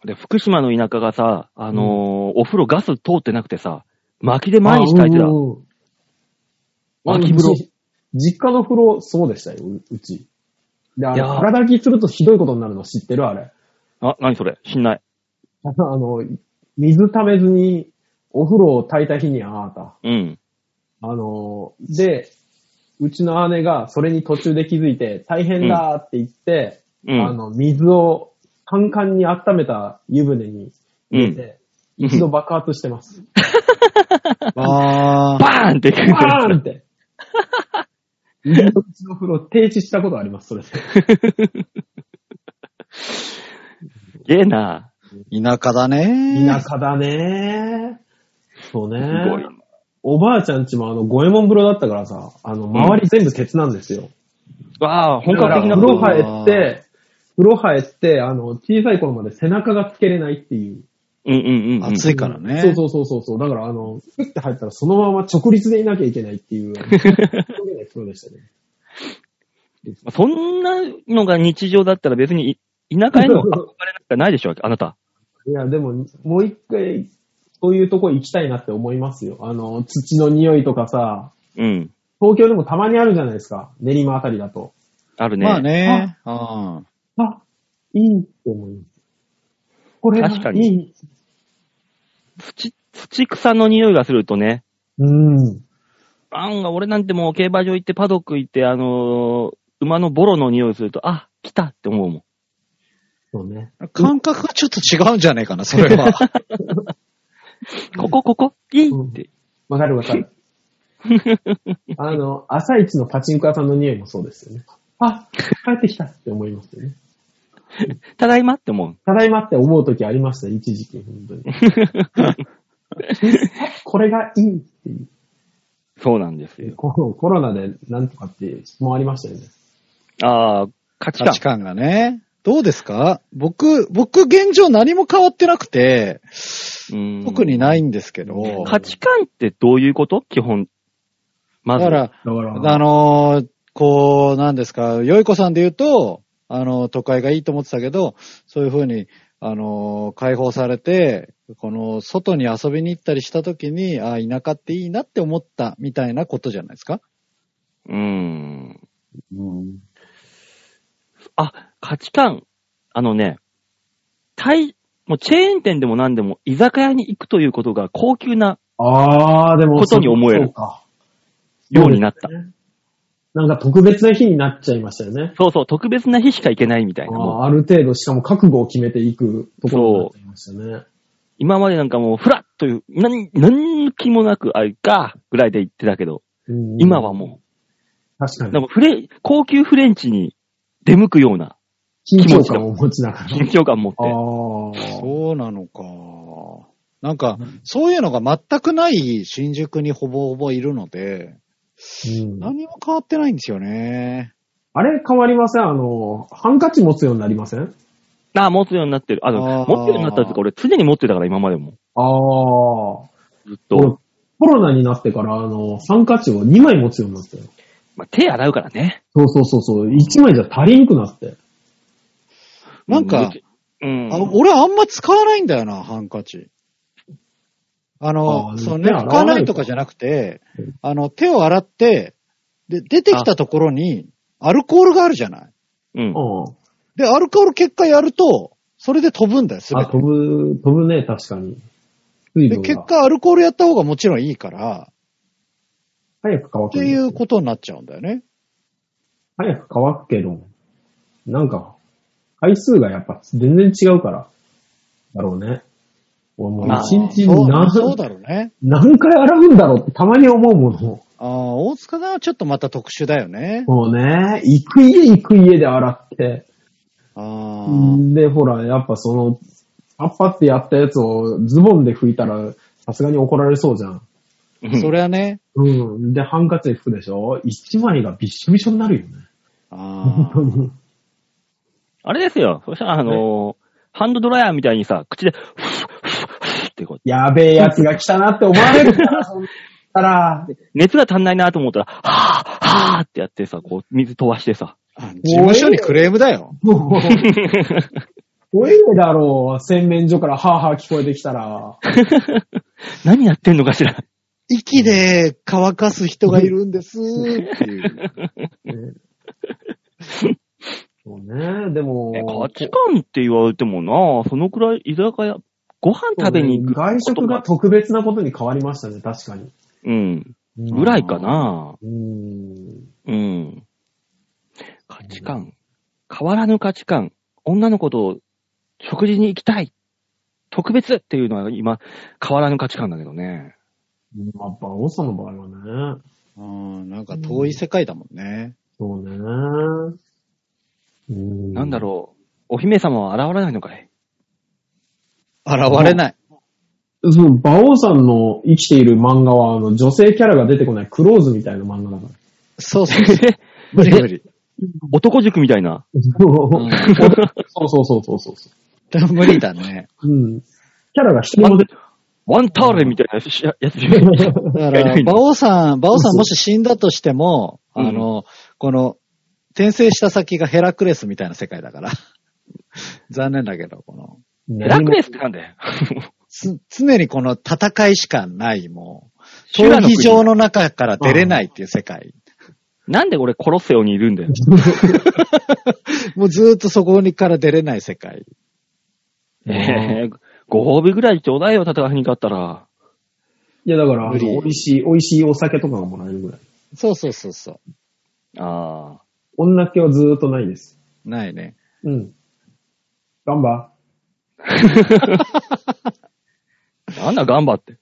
S2: で、福島の田舎がさ、あのーお風呂ガス通ってなくてさ、薪で毎日炊いてた
S3: あ。うん
S2: 薪風呂。
S3: じ実家の風呂、そうでしたよ、ううち。で、あ
S2: いや
S3: の、
S2: ー
S3: 体きするとひどいことになるの知ってるあれ。
S2: あ、何それ知んない。
S3: あの、水溜めずに、お風呂を炊いた日にあなた。
S2: うん。
S3: あの、で、うちの姉がそれに途中で気づいて、大変だーって言って、
S2: うん。
S3: あの、水をカンカンに温めた湯船に
S2: う
S3: 入れ
S2: ん。
S3: て、一度爆発して ます。
S4: あー。
S2: バーンって言う
S3: バーンって。うちの風呂停止したことあります、それで。
S2: すげえな。
S4: 田舎だね。
S3: 田舎だねーそうね
S2: す
S3: ー
S2: ごいな。
S3: おばあちゃんちもあの、五右衛門風呂だったからさ、あの、周り全部鉄なんですよ。
S2: わあ、本
S3: だか
S2: 格
S3: ら
S2: 的な
S3: 風呂
S2: 風呂。
S3: 入って、風呂入って、あの、小さい頃まで背中がつけれないっていう。
S2: うんうんうんうん。
S4: 暑いからね。
S3: そうそうそうそうそう。だから、あの、ふって入ったらそのまま直立でいなきゃいけないっていう、そういう風呂でしたね。
S2: まあそんなのが日常だったら別にい田舎への憧れなんかないでしょ、あなた。
S3: いや、でも、もう一回、そういうとこ行きたいなって思いますよ。あの、土の匂いとかさ、
S2: うん。
S3: 東京でもたまにあるじゃないですか。練馬あたりだと。
S2: あるね。
S4: まあね。うん。
S3: あ、いいって思います。これが
S2: 確か
S3: い
S2: に
S3: い。
S2: 土、土草の匂いがするとね、
S3: うん。
S2: 案が俺なんてもう競馬場行ってパドック行って、あのー馬のボロの匂いすると、あ、来たって思うもん。
S3: そうね。
S4: 感覚がちょっと違うんじゃないかな、そ れは。
S2: ここ、ここ、いい
S3: うん
S2: って。
S3: わかるわか る。あの、朝一のパチンコ屋さんの匂いもそうですよね。あ、帰ってきたって思いますよね。
S2: ただいまって思う。
S3: ただいまって思う時ありました、一時期、本当に。 これがいいってい
S2: そうなんです
S3: う。
S2: よ。
S3: このコロナでなんとかっていう質問ありましたよね。
S2: ああ、価値
S4: 価
S2: 観
S4: 値。観がね。どうですか僕、僕現状何も変わってなくて、
S2: うん
S4: 特にないんですけど。
S2: 価値観ってどういうこと基本。ま
S4: だ
S2: ず。
S4: から、
S3: だから、
S4: あのーこう、なんですか、よいこさんで言うと、あの、都会がいいと思ってたけど、そういうふうに、あのー解放されて、この、外に遊びに行ったりした時に、ああ、田舎っていいなって思った、みたいなことじゃないですか。
S2: うん。
S4: うん。
S2: あ、価値観。あのね、大、もうチェーン店でも何でも居酒屋に行くということが高級な
S3: あー、でも、
S2: ことに思える
S3: そうか。
S2: ようになった。
S3: なんか特別な日になっちゃいましたよね。
S2: そうそう、特別な日しか行けないみたいな。もう
S3: あーある程度、しかも覚悟を決めていくところになっちゃいましたね。
S2: 今までなんかもう、フラッという、なん、なんの気もなく、あいか、ぐらいで行ってたけど、
S3: うん
S2: 今はも
S3: 確か
S2: う、
S3: に
S2: で。もフレ、高級フレンチに出向くような
S3: 緊張感を持ちながら。
S2: 緊張感持って
S3: あ。ー
S4: そうなのか。なんか、そういうのが全くない新宿にほぼほぼいるので、
S3: うん
S4: 何も変わってないんですよね。
S3: あれ変わりませんあの、ハンカチ持つようになりません
S2: ああ、持つようになってる。あ、でも
S4: あー
S2: 持つようになったっていうか、俺常に持ってたから、今までも。
S3: ああ。
S2: ずっ
S3: 俺
S2: と。
S3: コロナになってから、あの、ハンカチを2枚持つようになったよ。
S2: まあ、手洗うからね。
S3: そうそうそうそう、1枚じゃ足りんくなって。
S4: なんか、
S2: うん。
S4: あ俺あんま使わないんだよな、ハンカチ。あの、
S3: あー
S4: そう
S3: 手
S4: ね、
S3: 洗わない
S4: 拭かないとかじゃなくて、あの、手を洗って、で、出てきたところに、アルコールがあるじゃない。
S2: うん。
S3: うん。
S4: で、アルコール結果やると、それで飛ぶんだよ、すべ
S3: あ、
S4: て
S3: 飛。ぶ、飛ぶね、確かに。水
S4: で、
S3: 分
S4: 結
S3: が
S4: 果アルコールやった方がもちろんいいから、
S3: 早く乾
S4: っ
S3: く
S4: て
S3: ね。
S4: いうことになっちゃうんだよね。
S3: 早く乾くけど、なんか、回数がやっぱ全然違うから、だろうね。俺もう
S2: まあ
S3: 一日
S4: そ
S3: に
S4: う
S3: 何、
S4: そうだろうね。
S3: 何回洗うんだろうってたまに思うもの。
S4: ああ、大塚がはちょっとまた特殊だよね。
S3: そうね。行く家行く家で洗って。
S4: ああ、
S3: で、ほら、やっぱその、パッパってやったやつをズボンで拭いたら、さすがに怒られそうじゃん。
S2: うん
S4: それはね、
S3: うん。で、ハンカチで拭くでしょ一枚がびっしょびしょになるよね。本
S4: あ
S3: 当
S4: あ、
S3: に。
S2: あれですよ。そしたら、あのーハンドドライヤーみたいにさ、口で、ふっふっふっってこう、
S3: やべえやつが来たなって思わ れるから、そんなったら、
S2: 熱が足んないなと思ったら、はぁ、はぁってやってさ、こう、水飛ばして さ。
S4: あ事務所にクレームだよ。
S3: もう、怖えだろう。洗面所からハーハー聞こえてきたら。
S2: 何やってんのかし ら。
S4: 息で乾かす人がいるんですっていう。
S3: そうね、でも
S2: え、価値観って言われてもな、そのくらい居酒屋、ご飯食べに行くことが、
S3: 外食が特別なことに変わりましたね、確かに。
S2: うん。ぐらいか。な。
S3: うん。
S2: うん。価値観。変わらぬ価値観。女の子と食事に行きたい。特別っていうのは今、変わらぬ価値観だけどね。
S3: やっぱ、王さんの場合はね。
S4: うん、なんか遠い世界だもんね。
S3: そうね。うん
S2: なんだろう。お姫様は現れないのか い
S4: 現れない。
S3: う。そう、馬王さんの生きている漫画は、あの、女性キャラが出てこないクローズみたいな漫画だから。
S4: そうそうそう。無理無理。
S2: 男塾みたい な。
S4: うん
S3: そうそうそうそうそうそ
S4: でも無理だね。
S3: う。うん。キャラが一人も出て
S2: ワンターレみたいなしや やつじゃない
S4: だ から、馬王さん、馬王さんもし死んだとしても、
S2: うん
S4: あの、この、転生した先がヘラクレスみたいな世界だから。 残念だけど、この、
S2: ヘ ラクレ
S3: ス
S2: スってなんだよ。
S4: つ、常にこの戦いしかない、もう、
S2: 修羅
S4: 闘
S2: の
S4: 技
S2: 国
S4: 場の中から出れないっていう世界。
S2: なんで俺コロッセオにいるん だよ。
S4: もうずーっとそこにから出れない世界。
S2: えーご褒美ぐらいちょうだいよ、戦いに勝ったら。
S3: いや、だから、あ
S4: 無
S3: の
S4: 理
S3: 美味しい、美味しいお酒とかがもらえるぐらい。
S4: そうそうそうそ
S2: ああ。
S3: 女っ気はずーっとないです。
S4: う。ないね。
S3: うん。ガン バ。
S2: なんだ、頑張って。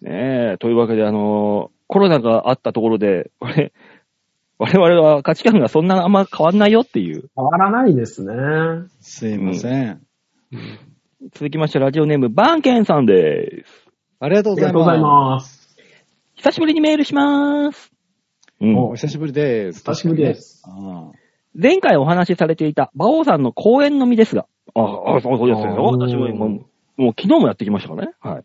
S2: ねえ、というわけで、あのーコロナがあったところで、これ、 我々は価値観がそんなあんま変わんないよっていう。
S3: 変わらないですね。
S4: すいません。
S2: 続きまして、ラジオネーム、バンケンさんです。
S4: ありがとう
S3: あ
S4: ご
S3: りが
S4: ざい
S3: とうござい
S4: ま
S3: ます。
S2: 久しぶりにメールしまーす。う
S4: す。
S2: ん
S4: お、久しぶりです。
S3: 久しぶりです。
S4: うん。
S2: 前回お話しされていた、馬王さんの公演のみですが、ああ、そうそうですよ。
S3: あー
S2: 私も今、もう昨日もやってきましたからね。はい。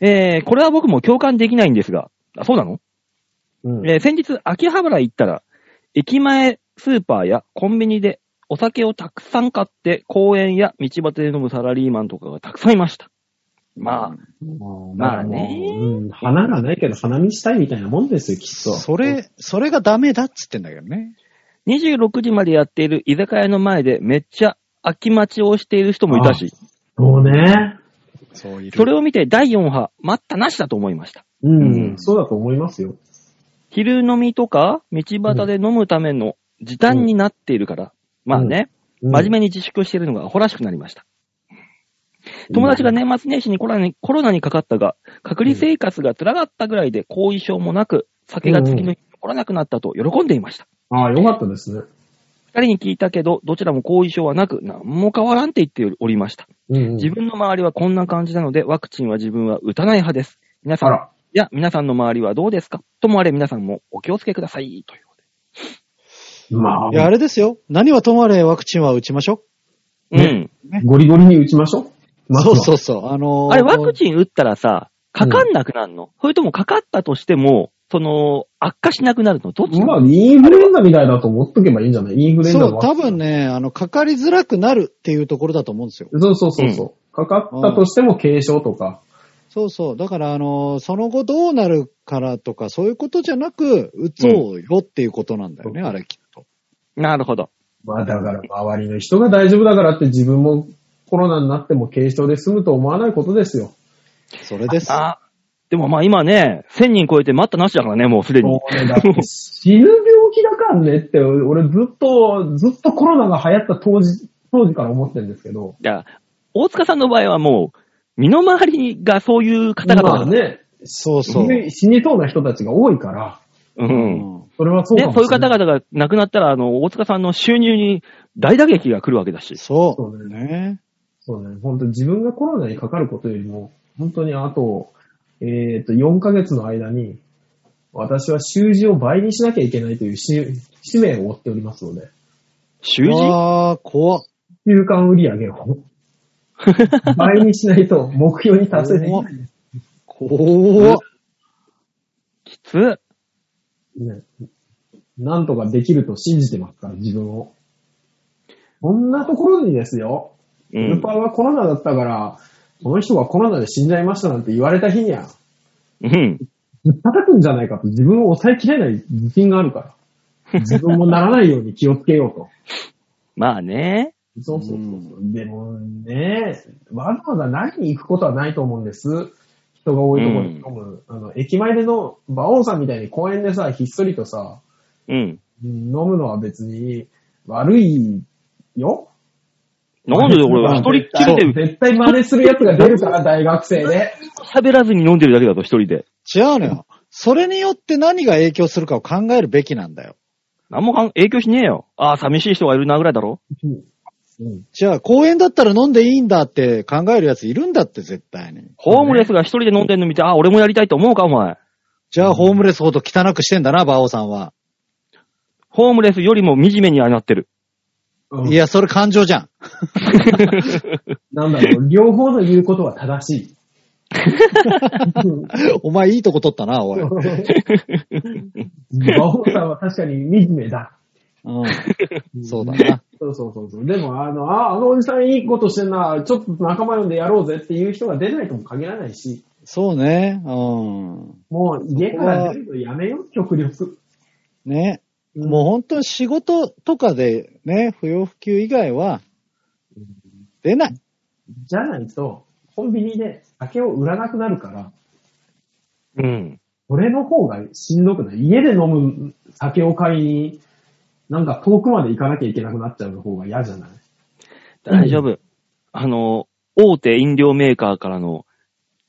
S2: えー、これは僕も共感できないんですが、あ、そうなの
S3: うん。
S2: えー先日、秋葉原行ったら、駅前スーパーやコンビニでお酒をたくさん買って、公園や道端で飲むサラリーマンとかがたくさんいました。まあ、まあね
S3: うん。花がないけど花見したいみたいなもんですよ、きっと。
S4: それ、それがダメだっつってんだけどね。
S2: 26時までやっている居酒屋の前でめっちゃ空き待ちをしている人もいたし、
S3: そうね。
S4: そういる。
S2: それを見て第4波、待ったなしだと思いました。
S3: うん。
S4: うん
S3: そうだと思いますよ。
S2: 昼飲みとか、道端で飲むための時短になっているから、まあね、
S3: うん
S2: 真面目に自粛しているのがアホらしくなりました。友達が年末年始にコロナにコロナにかかったが、隔離生活が辛かったぐらいで後遺症もなく、酒が次の日に残らなくなったと喜んでいました。
S3: ああ、よかったですね。
S2: 二人に聞いたけど、どちらも後遺症はなく、何も変わらんって言っておりました。
S3: うんうん、
S2: 自分の周りはこんな感じなので、ワクチンは自分は打たない派です。皆さ
S3: あ
S2: ん、い
S3: ら。
S2: や、皆さんの周りはどうですかともあれ皆さんもお気をつけください。ということ
S3: まあ、
S4: いや、あれですよ。何はともあれワクチンは打ちましょ
S2: で。
S3: ねゴリゴリに打ちましょう。
S4: う。
S3: まず
S4: そ
S3: は
S4: うそうそう。あのー
S2: あれ、ワクチン打ったらさ、かかんなくなるの、それともかかったとしても、その、悪化しなくなるのどっち
S3: ま
S2: な
S3: あ、
S2: の
S3: インフルエンザみたいだと思っとけばいいんじゃないインフルエンザ
S4: そ
S3: の
S4: う、多分ね、あの、かかりづらくなるっていうところだと思うんですよ。
S3: そうそうそうそう、かかったとしても軽症とか。
S4: そうそう。だから、あのーその後どうなるからとか、そういうことじゃなく、打とうよっていうことなんだよね、
S3: うん
S4: あれきっと。
S2: なるほど。
S3: まあだから周りの人が大丈夫だからって自分もコロナになっても軽症で済むと思わないことですよ。
S4: それです。
S2: あ、でもまあ今ね、1000人超えて待ったなしだからね、もうすでに
S3: も。うね、だって死ぬ病気だからねって、俺ずっと、ずっとコロナが流行った当時、当時から思ってるんですけど。
S2: いや、大塚さんの場合はもう、身の回りがそういう方々だ
S3: ま
S2: か
S3: あ
S2: ら。
S3: ね、
S4: そう
S3: 死
S4: そう。
S3: に死にそうな人たちが多いから、
S2: う。
S4: うんん
S3: それはそう
S2: ね
S3: かも、し
S2: そうい
S3: れ
S2: う
S3: ない。
S2: 方々が亡くなったら、あの、大塚さんの収入に大打撃が来るわけだし。
S4: そ
S3: そう
S4: う。
S3: ね
S4: ね。
S3: そうね、本当に自分がコロナにかかることよりも、本当にあと、えっ、と、4ヶ月の間に、私は習字を倍にしなきゃいけないという使使命を負っておりますので、
S2: 習字
S4: ああ、怖っ
S3: 休館売り上げを倍にしないと目標に達成できないです。
S4: 怖っ。
S2: きつっ。
S3: ねなんとかできると信じてますから、自分を。こんなところにですよ、
S2: う
S3: ウル
S2: ん
S3: パ。ーはコロナだったから、この人がコロナで死んじゃいましたなんて言われた日には、
S2: うん。
S3: ぶっ叩くんじゃないかと自分を抑えきれない自信がある から。自分もならないように気をつけようと。
S2: まあね。
S3: そうそうそうそう。でもね、わざわざ何に行くことはないと思うんです。人が多いところに飲む。あの、駅前での、馬王さんみたいに公園でさ、ひっそりとさ、
S2: うん。
S3: 飲むのは別に悪いよ。
S2: なんでだよ、俺は一人っきりで
S3: 絶対真似するやつが出るから、大学生で。
S2: 喋らずに飲んでるだけだと、一人で。
S4: 違うのよ。それによって何が影響するかを考えるべきなんだよ。
S2: 何もかん影響しねえよ。ああ、寂しい人がいるなぐらいだろ。
S3: うん
S4: じゃあ、公園だったら飲んでいいんだって考えるやついるんだって、絶対に。
S2: ホームレスが一人で飲んでるの見て、ああ、俺もやりたいと思うか、お前。
S4: じゃあ、ホームレスほど汚くしてんだな、馬王さんは。
S2: ホームレスよりも惨めにはなってる。
S3: うん
S4: いや、それ感情じゃん。
S3: なんだろう、両方の言うことは正 しい。
S4: お前、いいとこ取ったな、おい。うん。
S3: 馬王さんは確かに惨めだ。
S4: そうだな。
S3: そうそうそうそう。でも、あの、あ、あのおじさんいいことしてんな、ちょっと仲間呼んでやろうぜっていう人が出ないとも限らないし、
S4: そうね。うん。
S3: もう家から出るのやめよう、極力。
S4: ね。
S3: うん
S4: もう本当に仕事とかでね、不要不急以外は、出ない。
S3: じゃないと、コンビニで酒を売らなくなるから、
S2: うん。
S3: それの方がしんどくない。家で飲む酒を買いに、なんか遠くまで行かなきゃいけなくなっちゃう方が嫌じゃない
S2: 大丈夫。あの、大手飲料メーカーからの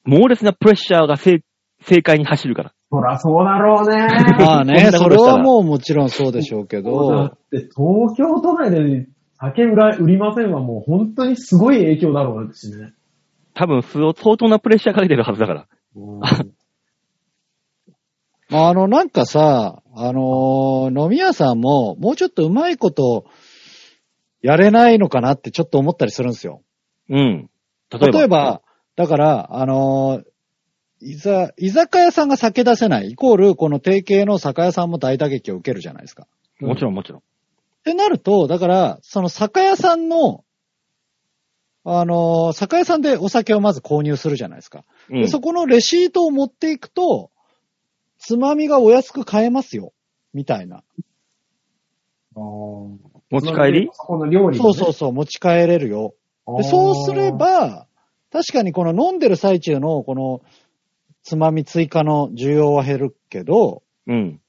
S2: 猛烈なプレッシャーが正正解に走るから。
S3: そらそうだろうね。
S4: まあね、
S2: そ
S4: そ
S2: ん なこと
S4: れ
S2: したら
S4: はもうもちろんそうでしょうけ
S3: だ
S4: ど
S3: っ、て東京都内で酒売ら売りませんはもう本当にすごい影響だろうしね。
S2: 多分、相当なプレッシャーかけてるはずだから。
S4: まああの、なんかさ、あのー飲み屋さんも、もうちょっとうまいこと、やれないのかなってちょっと思ったりするんですよ。
S2: うん。例えば。
S4: 例えば、だから、あのーいざ、居酒屋さんが酒出せない、イコール、この定型の酒屋さんも大打撃を受けるじゃないですか。
S2: もちろんもちろん。
S4: ってなると、だから、その酒屋さんの、あのー酒屋さんでお酒をまず購入するじゃないですか。
S2: う
S4: で
S2: ん。
S4: そこのレシートを持っていくと、つまみがお安く買えますよ。みたいな。
S3: 持
S2: 持ち帰り
S3: そこの料理、ね。
S4: そうそうそう、持ち帰れるよ。
S3: う
S4: でそうすれ、ば、確かにこの飲んでる最中のこのつまみ追加の需要は減るけど、
S2: うん。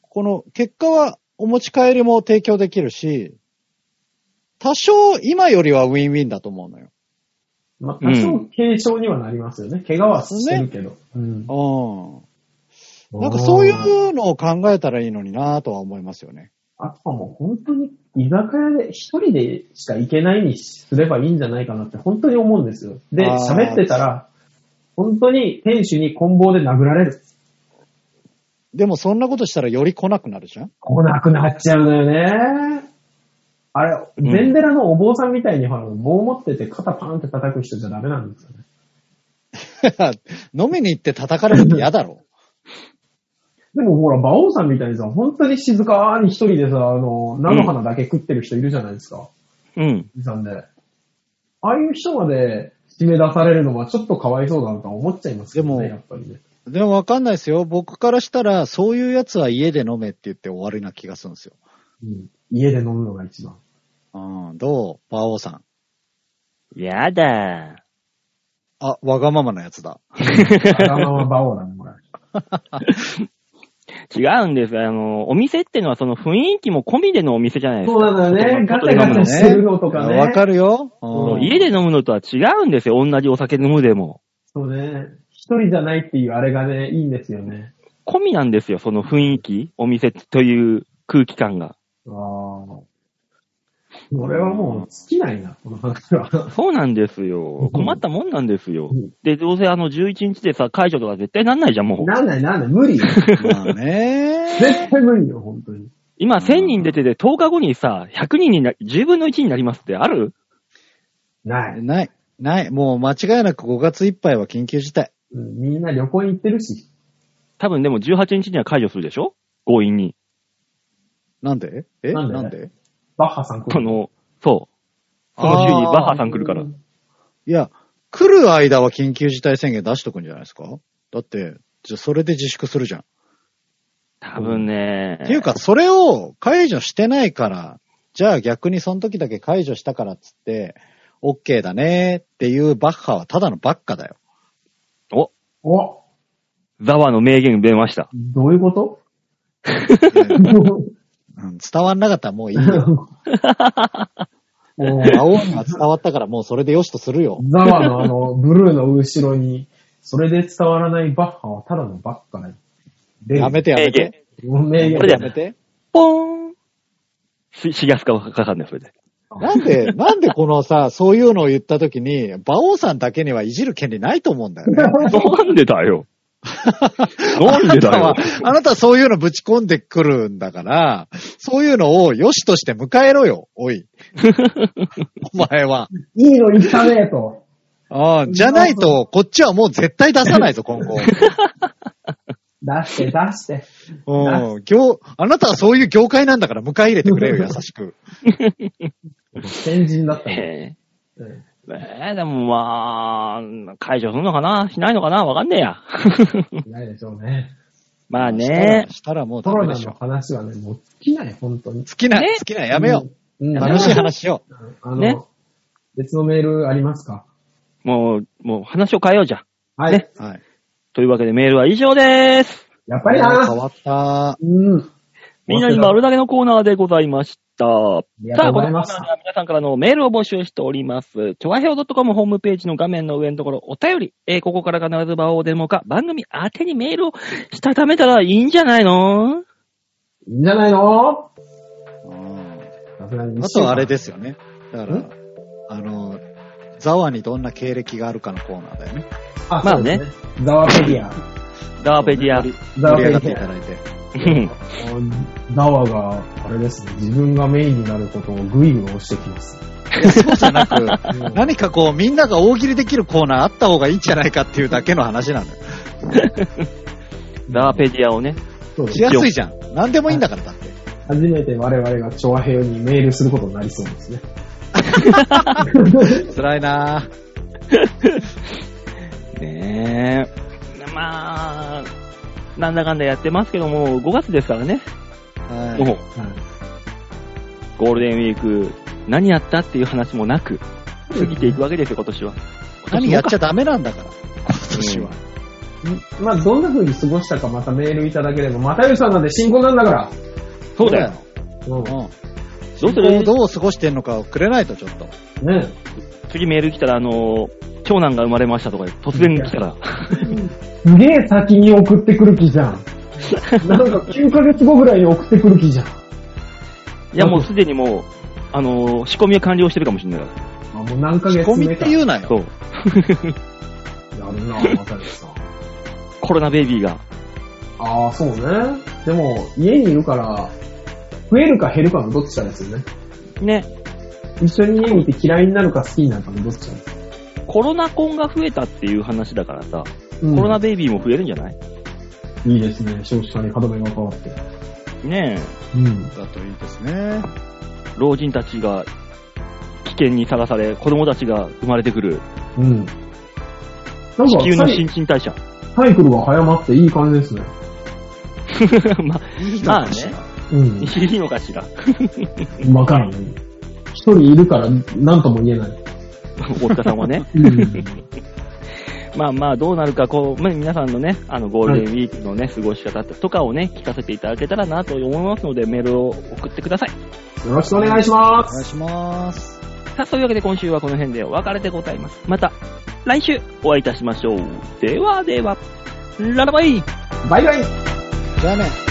S4: この結果はお持ち帰りも提供できるし、多少今よりはウィンウィンだと思うのよ。
S3: まあ、多少軽症にはなりますよね。怪我はしてるけど。うん
S4: うん。なんかそうい。うのを考えたらいいのになぁとは思いますよね。
S3: あとはもう本当に居酒屋で一人でしか行けないにすればいいんじゃないかなって本当に思うんですよ。で、
S4: あー
S3: 喋ってたら、本当に店主に棍棒で殴られる。
S4: でもそんなことしたらより来なくなるじゃん
S3: 来なくなっちゃうのよね。あれ、
S2: ん
S3: 禅寺のお坊さんみたいに、ほら、棒持ってて肩パンって叩く人じゃダメなんですよね。
S4: 飲みに行って叩かれるって嫌だろ。
S3: でもほら、馬王さんみたいにさ、本当に静かに一人でさ、あの、菜の花だけ食ってる人いるじゃないですか。
S2: うん。
S3: さんで。ああいう人まで締め出されるのはちょっとかわいそうだなとは思っちゃいますけど
S4: で
S3: ね、
S4: も
S3: やっぱりね。
S4: でもわかんないですよ。僕からしたら、そういうやつは家で飲めって言って終わりな気がするんですよ。
S3: うん、家で飲むのが一番。
S4: うん、どう馬王さん。
S2: やだ
S4: あ、わがままなやつだ。
S3: 頭は馬王だね、これ。
S2: 違うんですよ。あの、お店ってのはその雰囲気も込みでのお店じゃないです
S3: そう
S2: か。
S3: なんだよね。ガ
S2: 外
S3: チャ
S2: で飲
S3: ガ
S2: む
S3: チ
S2: の
S3: ャしてるのとかね。
S4: わかるよ。うん
S2: 家で飲むのとは違うんですよ。同じお酒飲むでも。
S3: そうね。一人じゃないっていうあれがね、いいんですよね。
S2: 込みなんですよ。その雰囲気、お店という空気感が。
S3: ああ。俺はもう尽きないな、この話は。
S2: そうなんですよ。困ったもんなんですよ
S3: うん。
S2: で、どうせあの11日でさ、解除とか絶対なんないじゃん、もう。
S3: なんないなんない、無理よ。
S4: まあね。
S3: 絶対無理よ、本当に。
S2: 今1000人出てて10日後にさ、100人にな、10分の1になりますってある
S3: ない。
S4: ない。ない。もう間違いなく5月いっぱいは緊急事態。
S3: うんみんな旅行に行ってるし。
S2: 多分でも18日には解除するでしょ強引に。
S4: なんでえ
S3: なんで
S4: なんで
S3: バッハさん来
S2: そ
S3: る。
S2: の、そう。その週に
S4: あー
S2: バッハさん来るから。
S4: いや、来る間は緊急事態宣言出しとくんじゃないですかだって、じゃそれで自粛するじゃん。
S2: 多分ね。
S4: っていうか、それを解除してないから、じゃあ逆にその時だけ解除したからっつって、OK だねっていうバッハはただのバッ カだよ。
S2: お、
S3: お
S2: ザワの名言出ました。
S3: どういうこと
S4: ねうん伝わんなかったらもういい よ。
S3: もう
S4: 魔王には伝わったからもうそれでよしとするよ。
S3: ザワのあの、ブルーの後ろに、それで伝わらないバッハはただのバッカね。で
S4: やめてやめ
S2: 名
S4: て。
S3: 運命
S2: これ
S4: や
S2: で
S4: めて。
S2: ポーンし、しがすかかかんない、そ れで。
S4: なんで、なんでこのさ、そういうのを言った時に、馬王さんだけにはいじる権利ないと思うんだよね。
S2: なんでだ よ。なんでだよ
S4: あな。たはあなたはそういうのぶち込んでくるんだから、そういうのを良しとして迎えろよ、おい。お前は。
S3: いいの言ったねと。
S4: ああじゃないと、こっちはもう絶対出さないぞ、今後。
S3: 出して出して。
S4: うん。業、あなたはそういう業界なんだから迎え入れて くれよ、優しく。
S3: 先人だったね。
S2: え
S3: うん
S2: ーえーでもまあ、解除するのかなしないのかなわかんねえ や。
S3: ないでしょうね。
S2: まあね
S4: し。たら。したらもう
S3: コ
S4: ダ
S3: ロ
S4: メ
S3: ナ
S4: でし
S3: の
S4: ょ。
S3: 話はね、もう尽きない、本当に。
S4: 好きな、
S2: ね
S4: 好きな、やめよ
S3: うん。
S4: う。
S3: うん
S2: やめ
S4: 楽
S2: よ
S4: しい話しよう。
S3: あの、
S2: ね
S3: 別のメールありますか
S2: もう、もう話を変えようじゃん。
S3: はい。
S2: ね
S4: はい。
S2: というわけでメールは以上でーす。
S3: やっぱり
S4: 変
S3: な
S4: わった。
S3: うん。
S2: みんなに丸投げのコーナーでございました。
S3: りが
S2: さ
S3: と
S2: あ、
S3: う
S2: このコ
S3: ござい
S2: ーナ
S3: ま
S2: ー
S3: す
S2: では皆さんからのメールを募集しております。ちょわひょう .com ホームページの画面の上のところ、お便り、えーここから必ず場をデモか、番組宛てにメールをしたためたらいいんじゃないの
S3: いいんじゃないの
S4: うん
S3: さすがに
S4: あ
S3: 一週
S4: と
S3: 間
S4: あれですよね。だから
S3: ん、
S4: あの、ザワにどんな経歴があるかのコーナーだよね。
S3: あ、
S2: ま
S3: そ
S2: あ
S3: う
S2: ね
S3: ですね。ザワペディア。
S2: ダーペディア。
S3: ザ
S4: 盛
S3: ワペ
S4: り上
S3: デ
S4: がってい
S3: ィ
S4: た
S3: ア
S4: だいて。
S3: ダワが、あれですね、自分がメインになることをグイグイ押してきます。
S4: そうじゃ なく、
S3: うん
S4: 何かこう、みんなが大喜利できるコーナーあった方がいいんじゃないかっていうだけの話なんだよ。
S2: ダーペディアをね。
S3: そうで
S4: し
S3: す。
S4: やすいじゃん。何でもいいんだから、だって。
S3: 初めて我々が調和平にメールすることになりそうです ね。
S4: 辛いなぁ。
S2: ねえ。まあ、なんだかんだやってますけども、5月ですからね。
S4: はい
S2: もう、ゴールデンウィーク、何やったっていう話もなく、過ぎていくわけですよ、今年は。
S4: 何やっちゃ
S2: っ
S4: ダメなんだ から、今年は。
S3: うんまあ、どんな風に過ごしたかまたメールいただければ、またよりさんなんで新婚なんだから。
S2: そうだよ。
S3: うん
S4: うん。
S2: どうす
S4: こう
S2: る
S4: どう過ごしてんのかをくれないと、ちょっと。
S3: ね
S2: 次メール来たら、あのー長男が生まれましたとか、突然来たら、
S3: すげえ先に送ってくる気じゃん。なんか9ヶ月後ぐらいに送ってくる気じゃん。
S2: いやもうすでにもう、あのー仕込みは完了してるかもしれないから。
S3: あもう何ヶ
S4: 仕
S3: 月
S4: 込み
S3: 目
S4: っ
S3: か。
S4: て言うなよ。
S2: そう。
S3: やるな、またよりさん。
S2: コロナベイビーが。
S3: ああ、そうね。でも、家にいるから、増えるか減るかのどっちかですよね。
S2: ね。
S3: 一緒に家にいて嫌いになるか好きになるかのどっちかです。
S2: コロナ婚が増えたっていう話だからさ、
S3: うん
S2: コロナベイビーも増えるんじゃない
S3: いいですね。少子化に歯止めが変わって。
S2: ねえ。
S3: うん。
S4: だといいですね。
S2: 老人たちが危険にさらされ、子供たちが生まれてくる、
S3: うん。なんか
S2: 地球の
S3: サイ
S2: 新陳代謝。
S3: サイクルが早まっていい感じですね。
S2: まあ、
S4: いいかもしれない。
S3: うん。
S2: いいのかしら。
S3: わからんね。一人いるから何とも言えない。
S2: 大塚さんはね。
S3: うん。
S2: まあまあ、どうなるか、こう、まあ、皆さんのね、あの、ゴールデンウィークのね、過ごし方とかをね、聞かせていただけたらなと思いますので、メールを送ってください。
S3: よろしくお願いしま
S4: お願い
S3: す。
S4: します。
S2: さあ、そういうわけで今週はこの辺でお別れでございます。また、来週お会いいたしましょう。ではでは、ララバイ
S3: バイバイ
S4: じゃあね。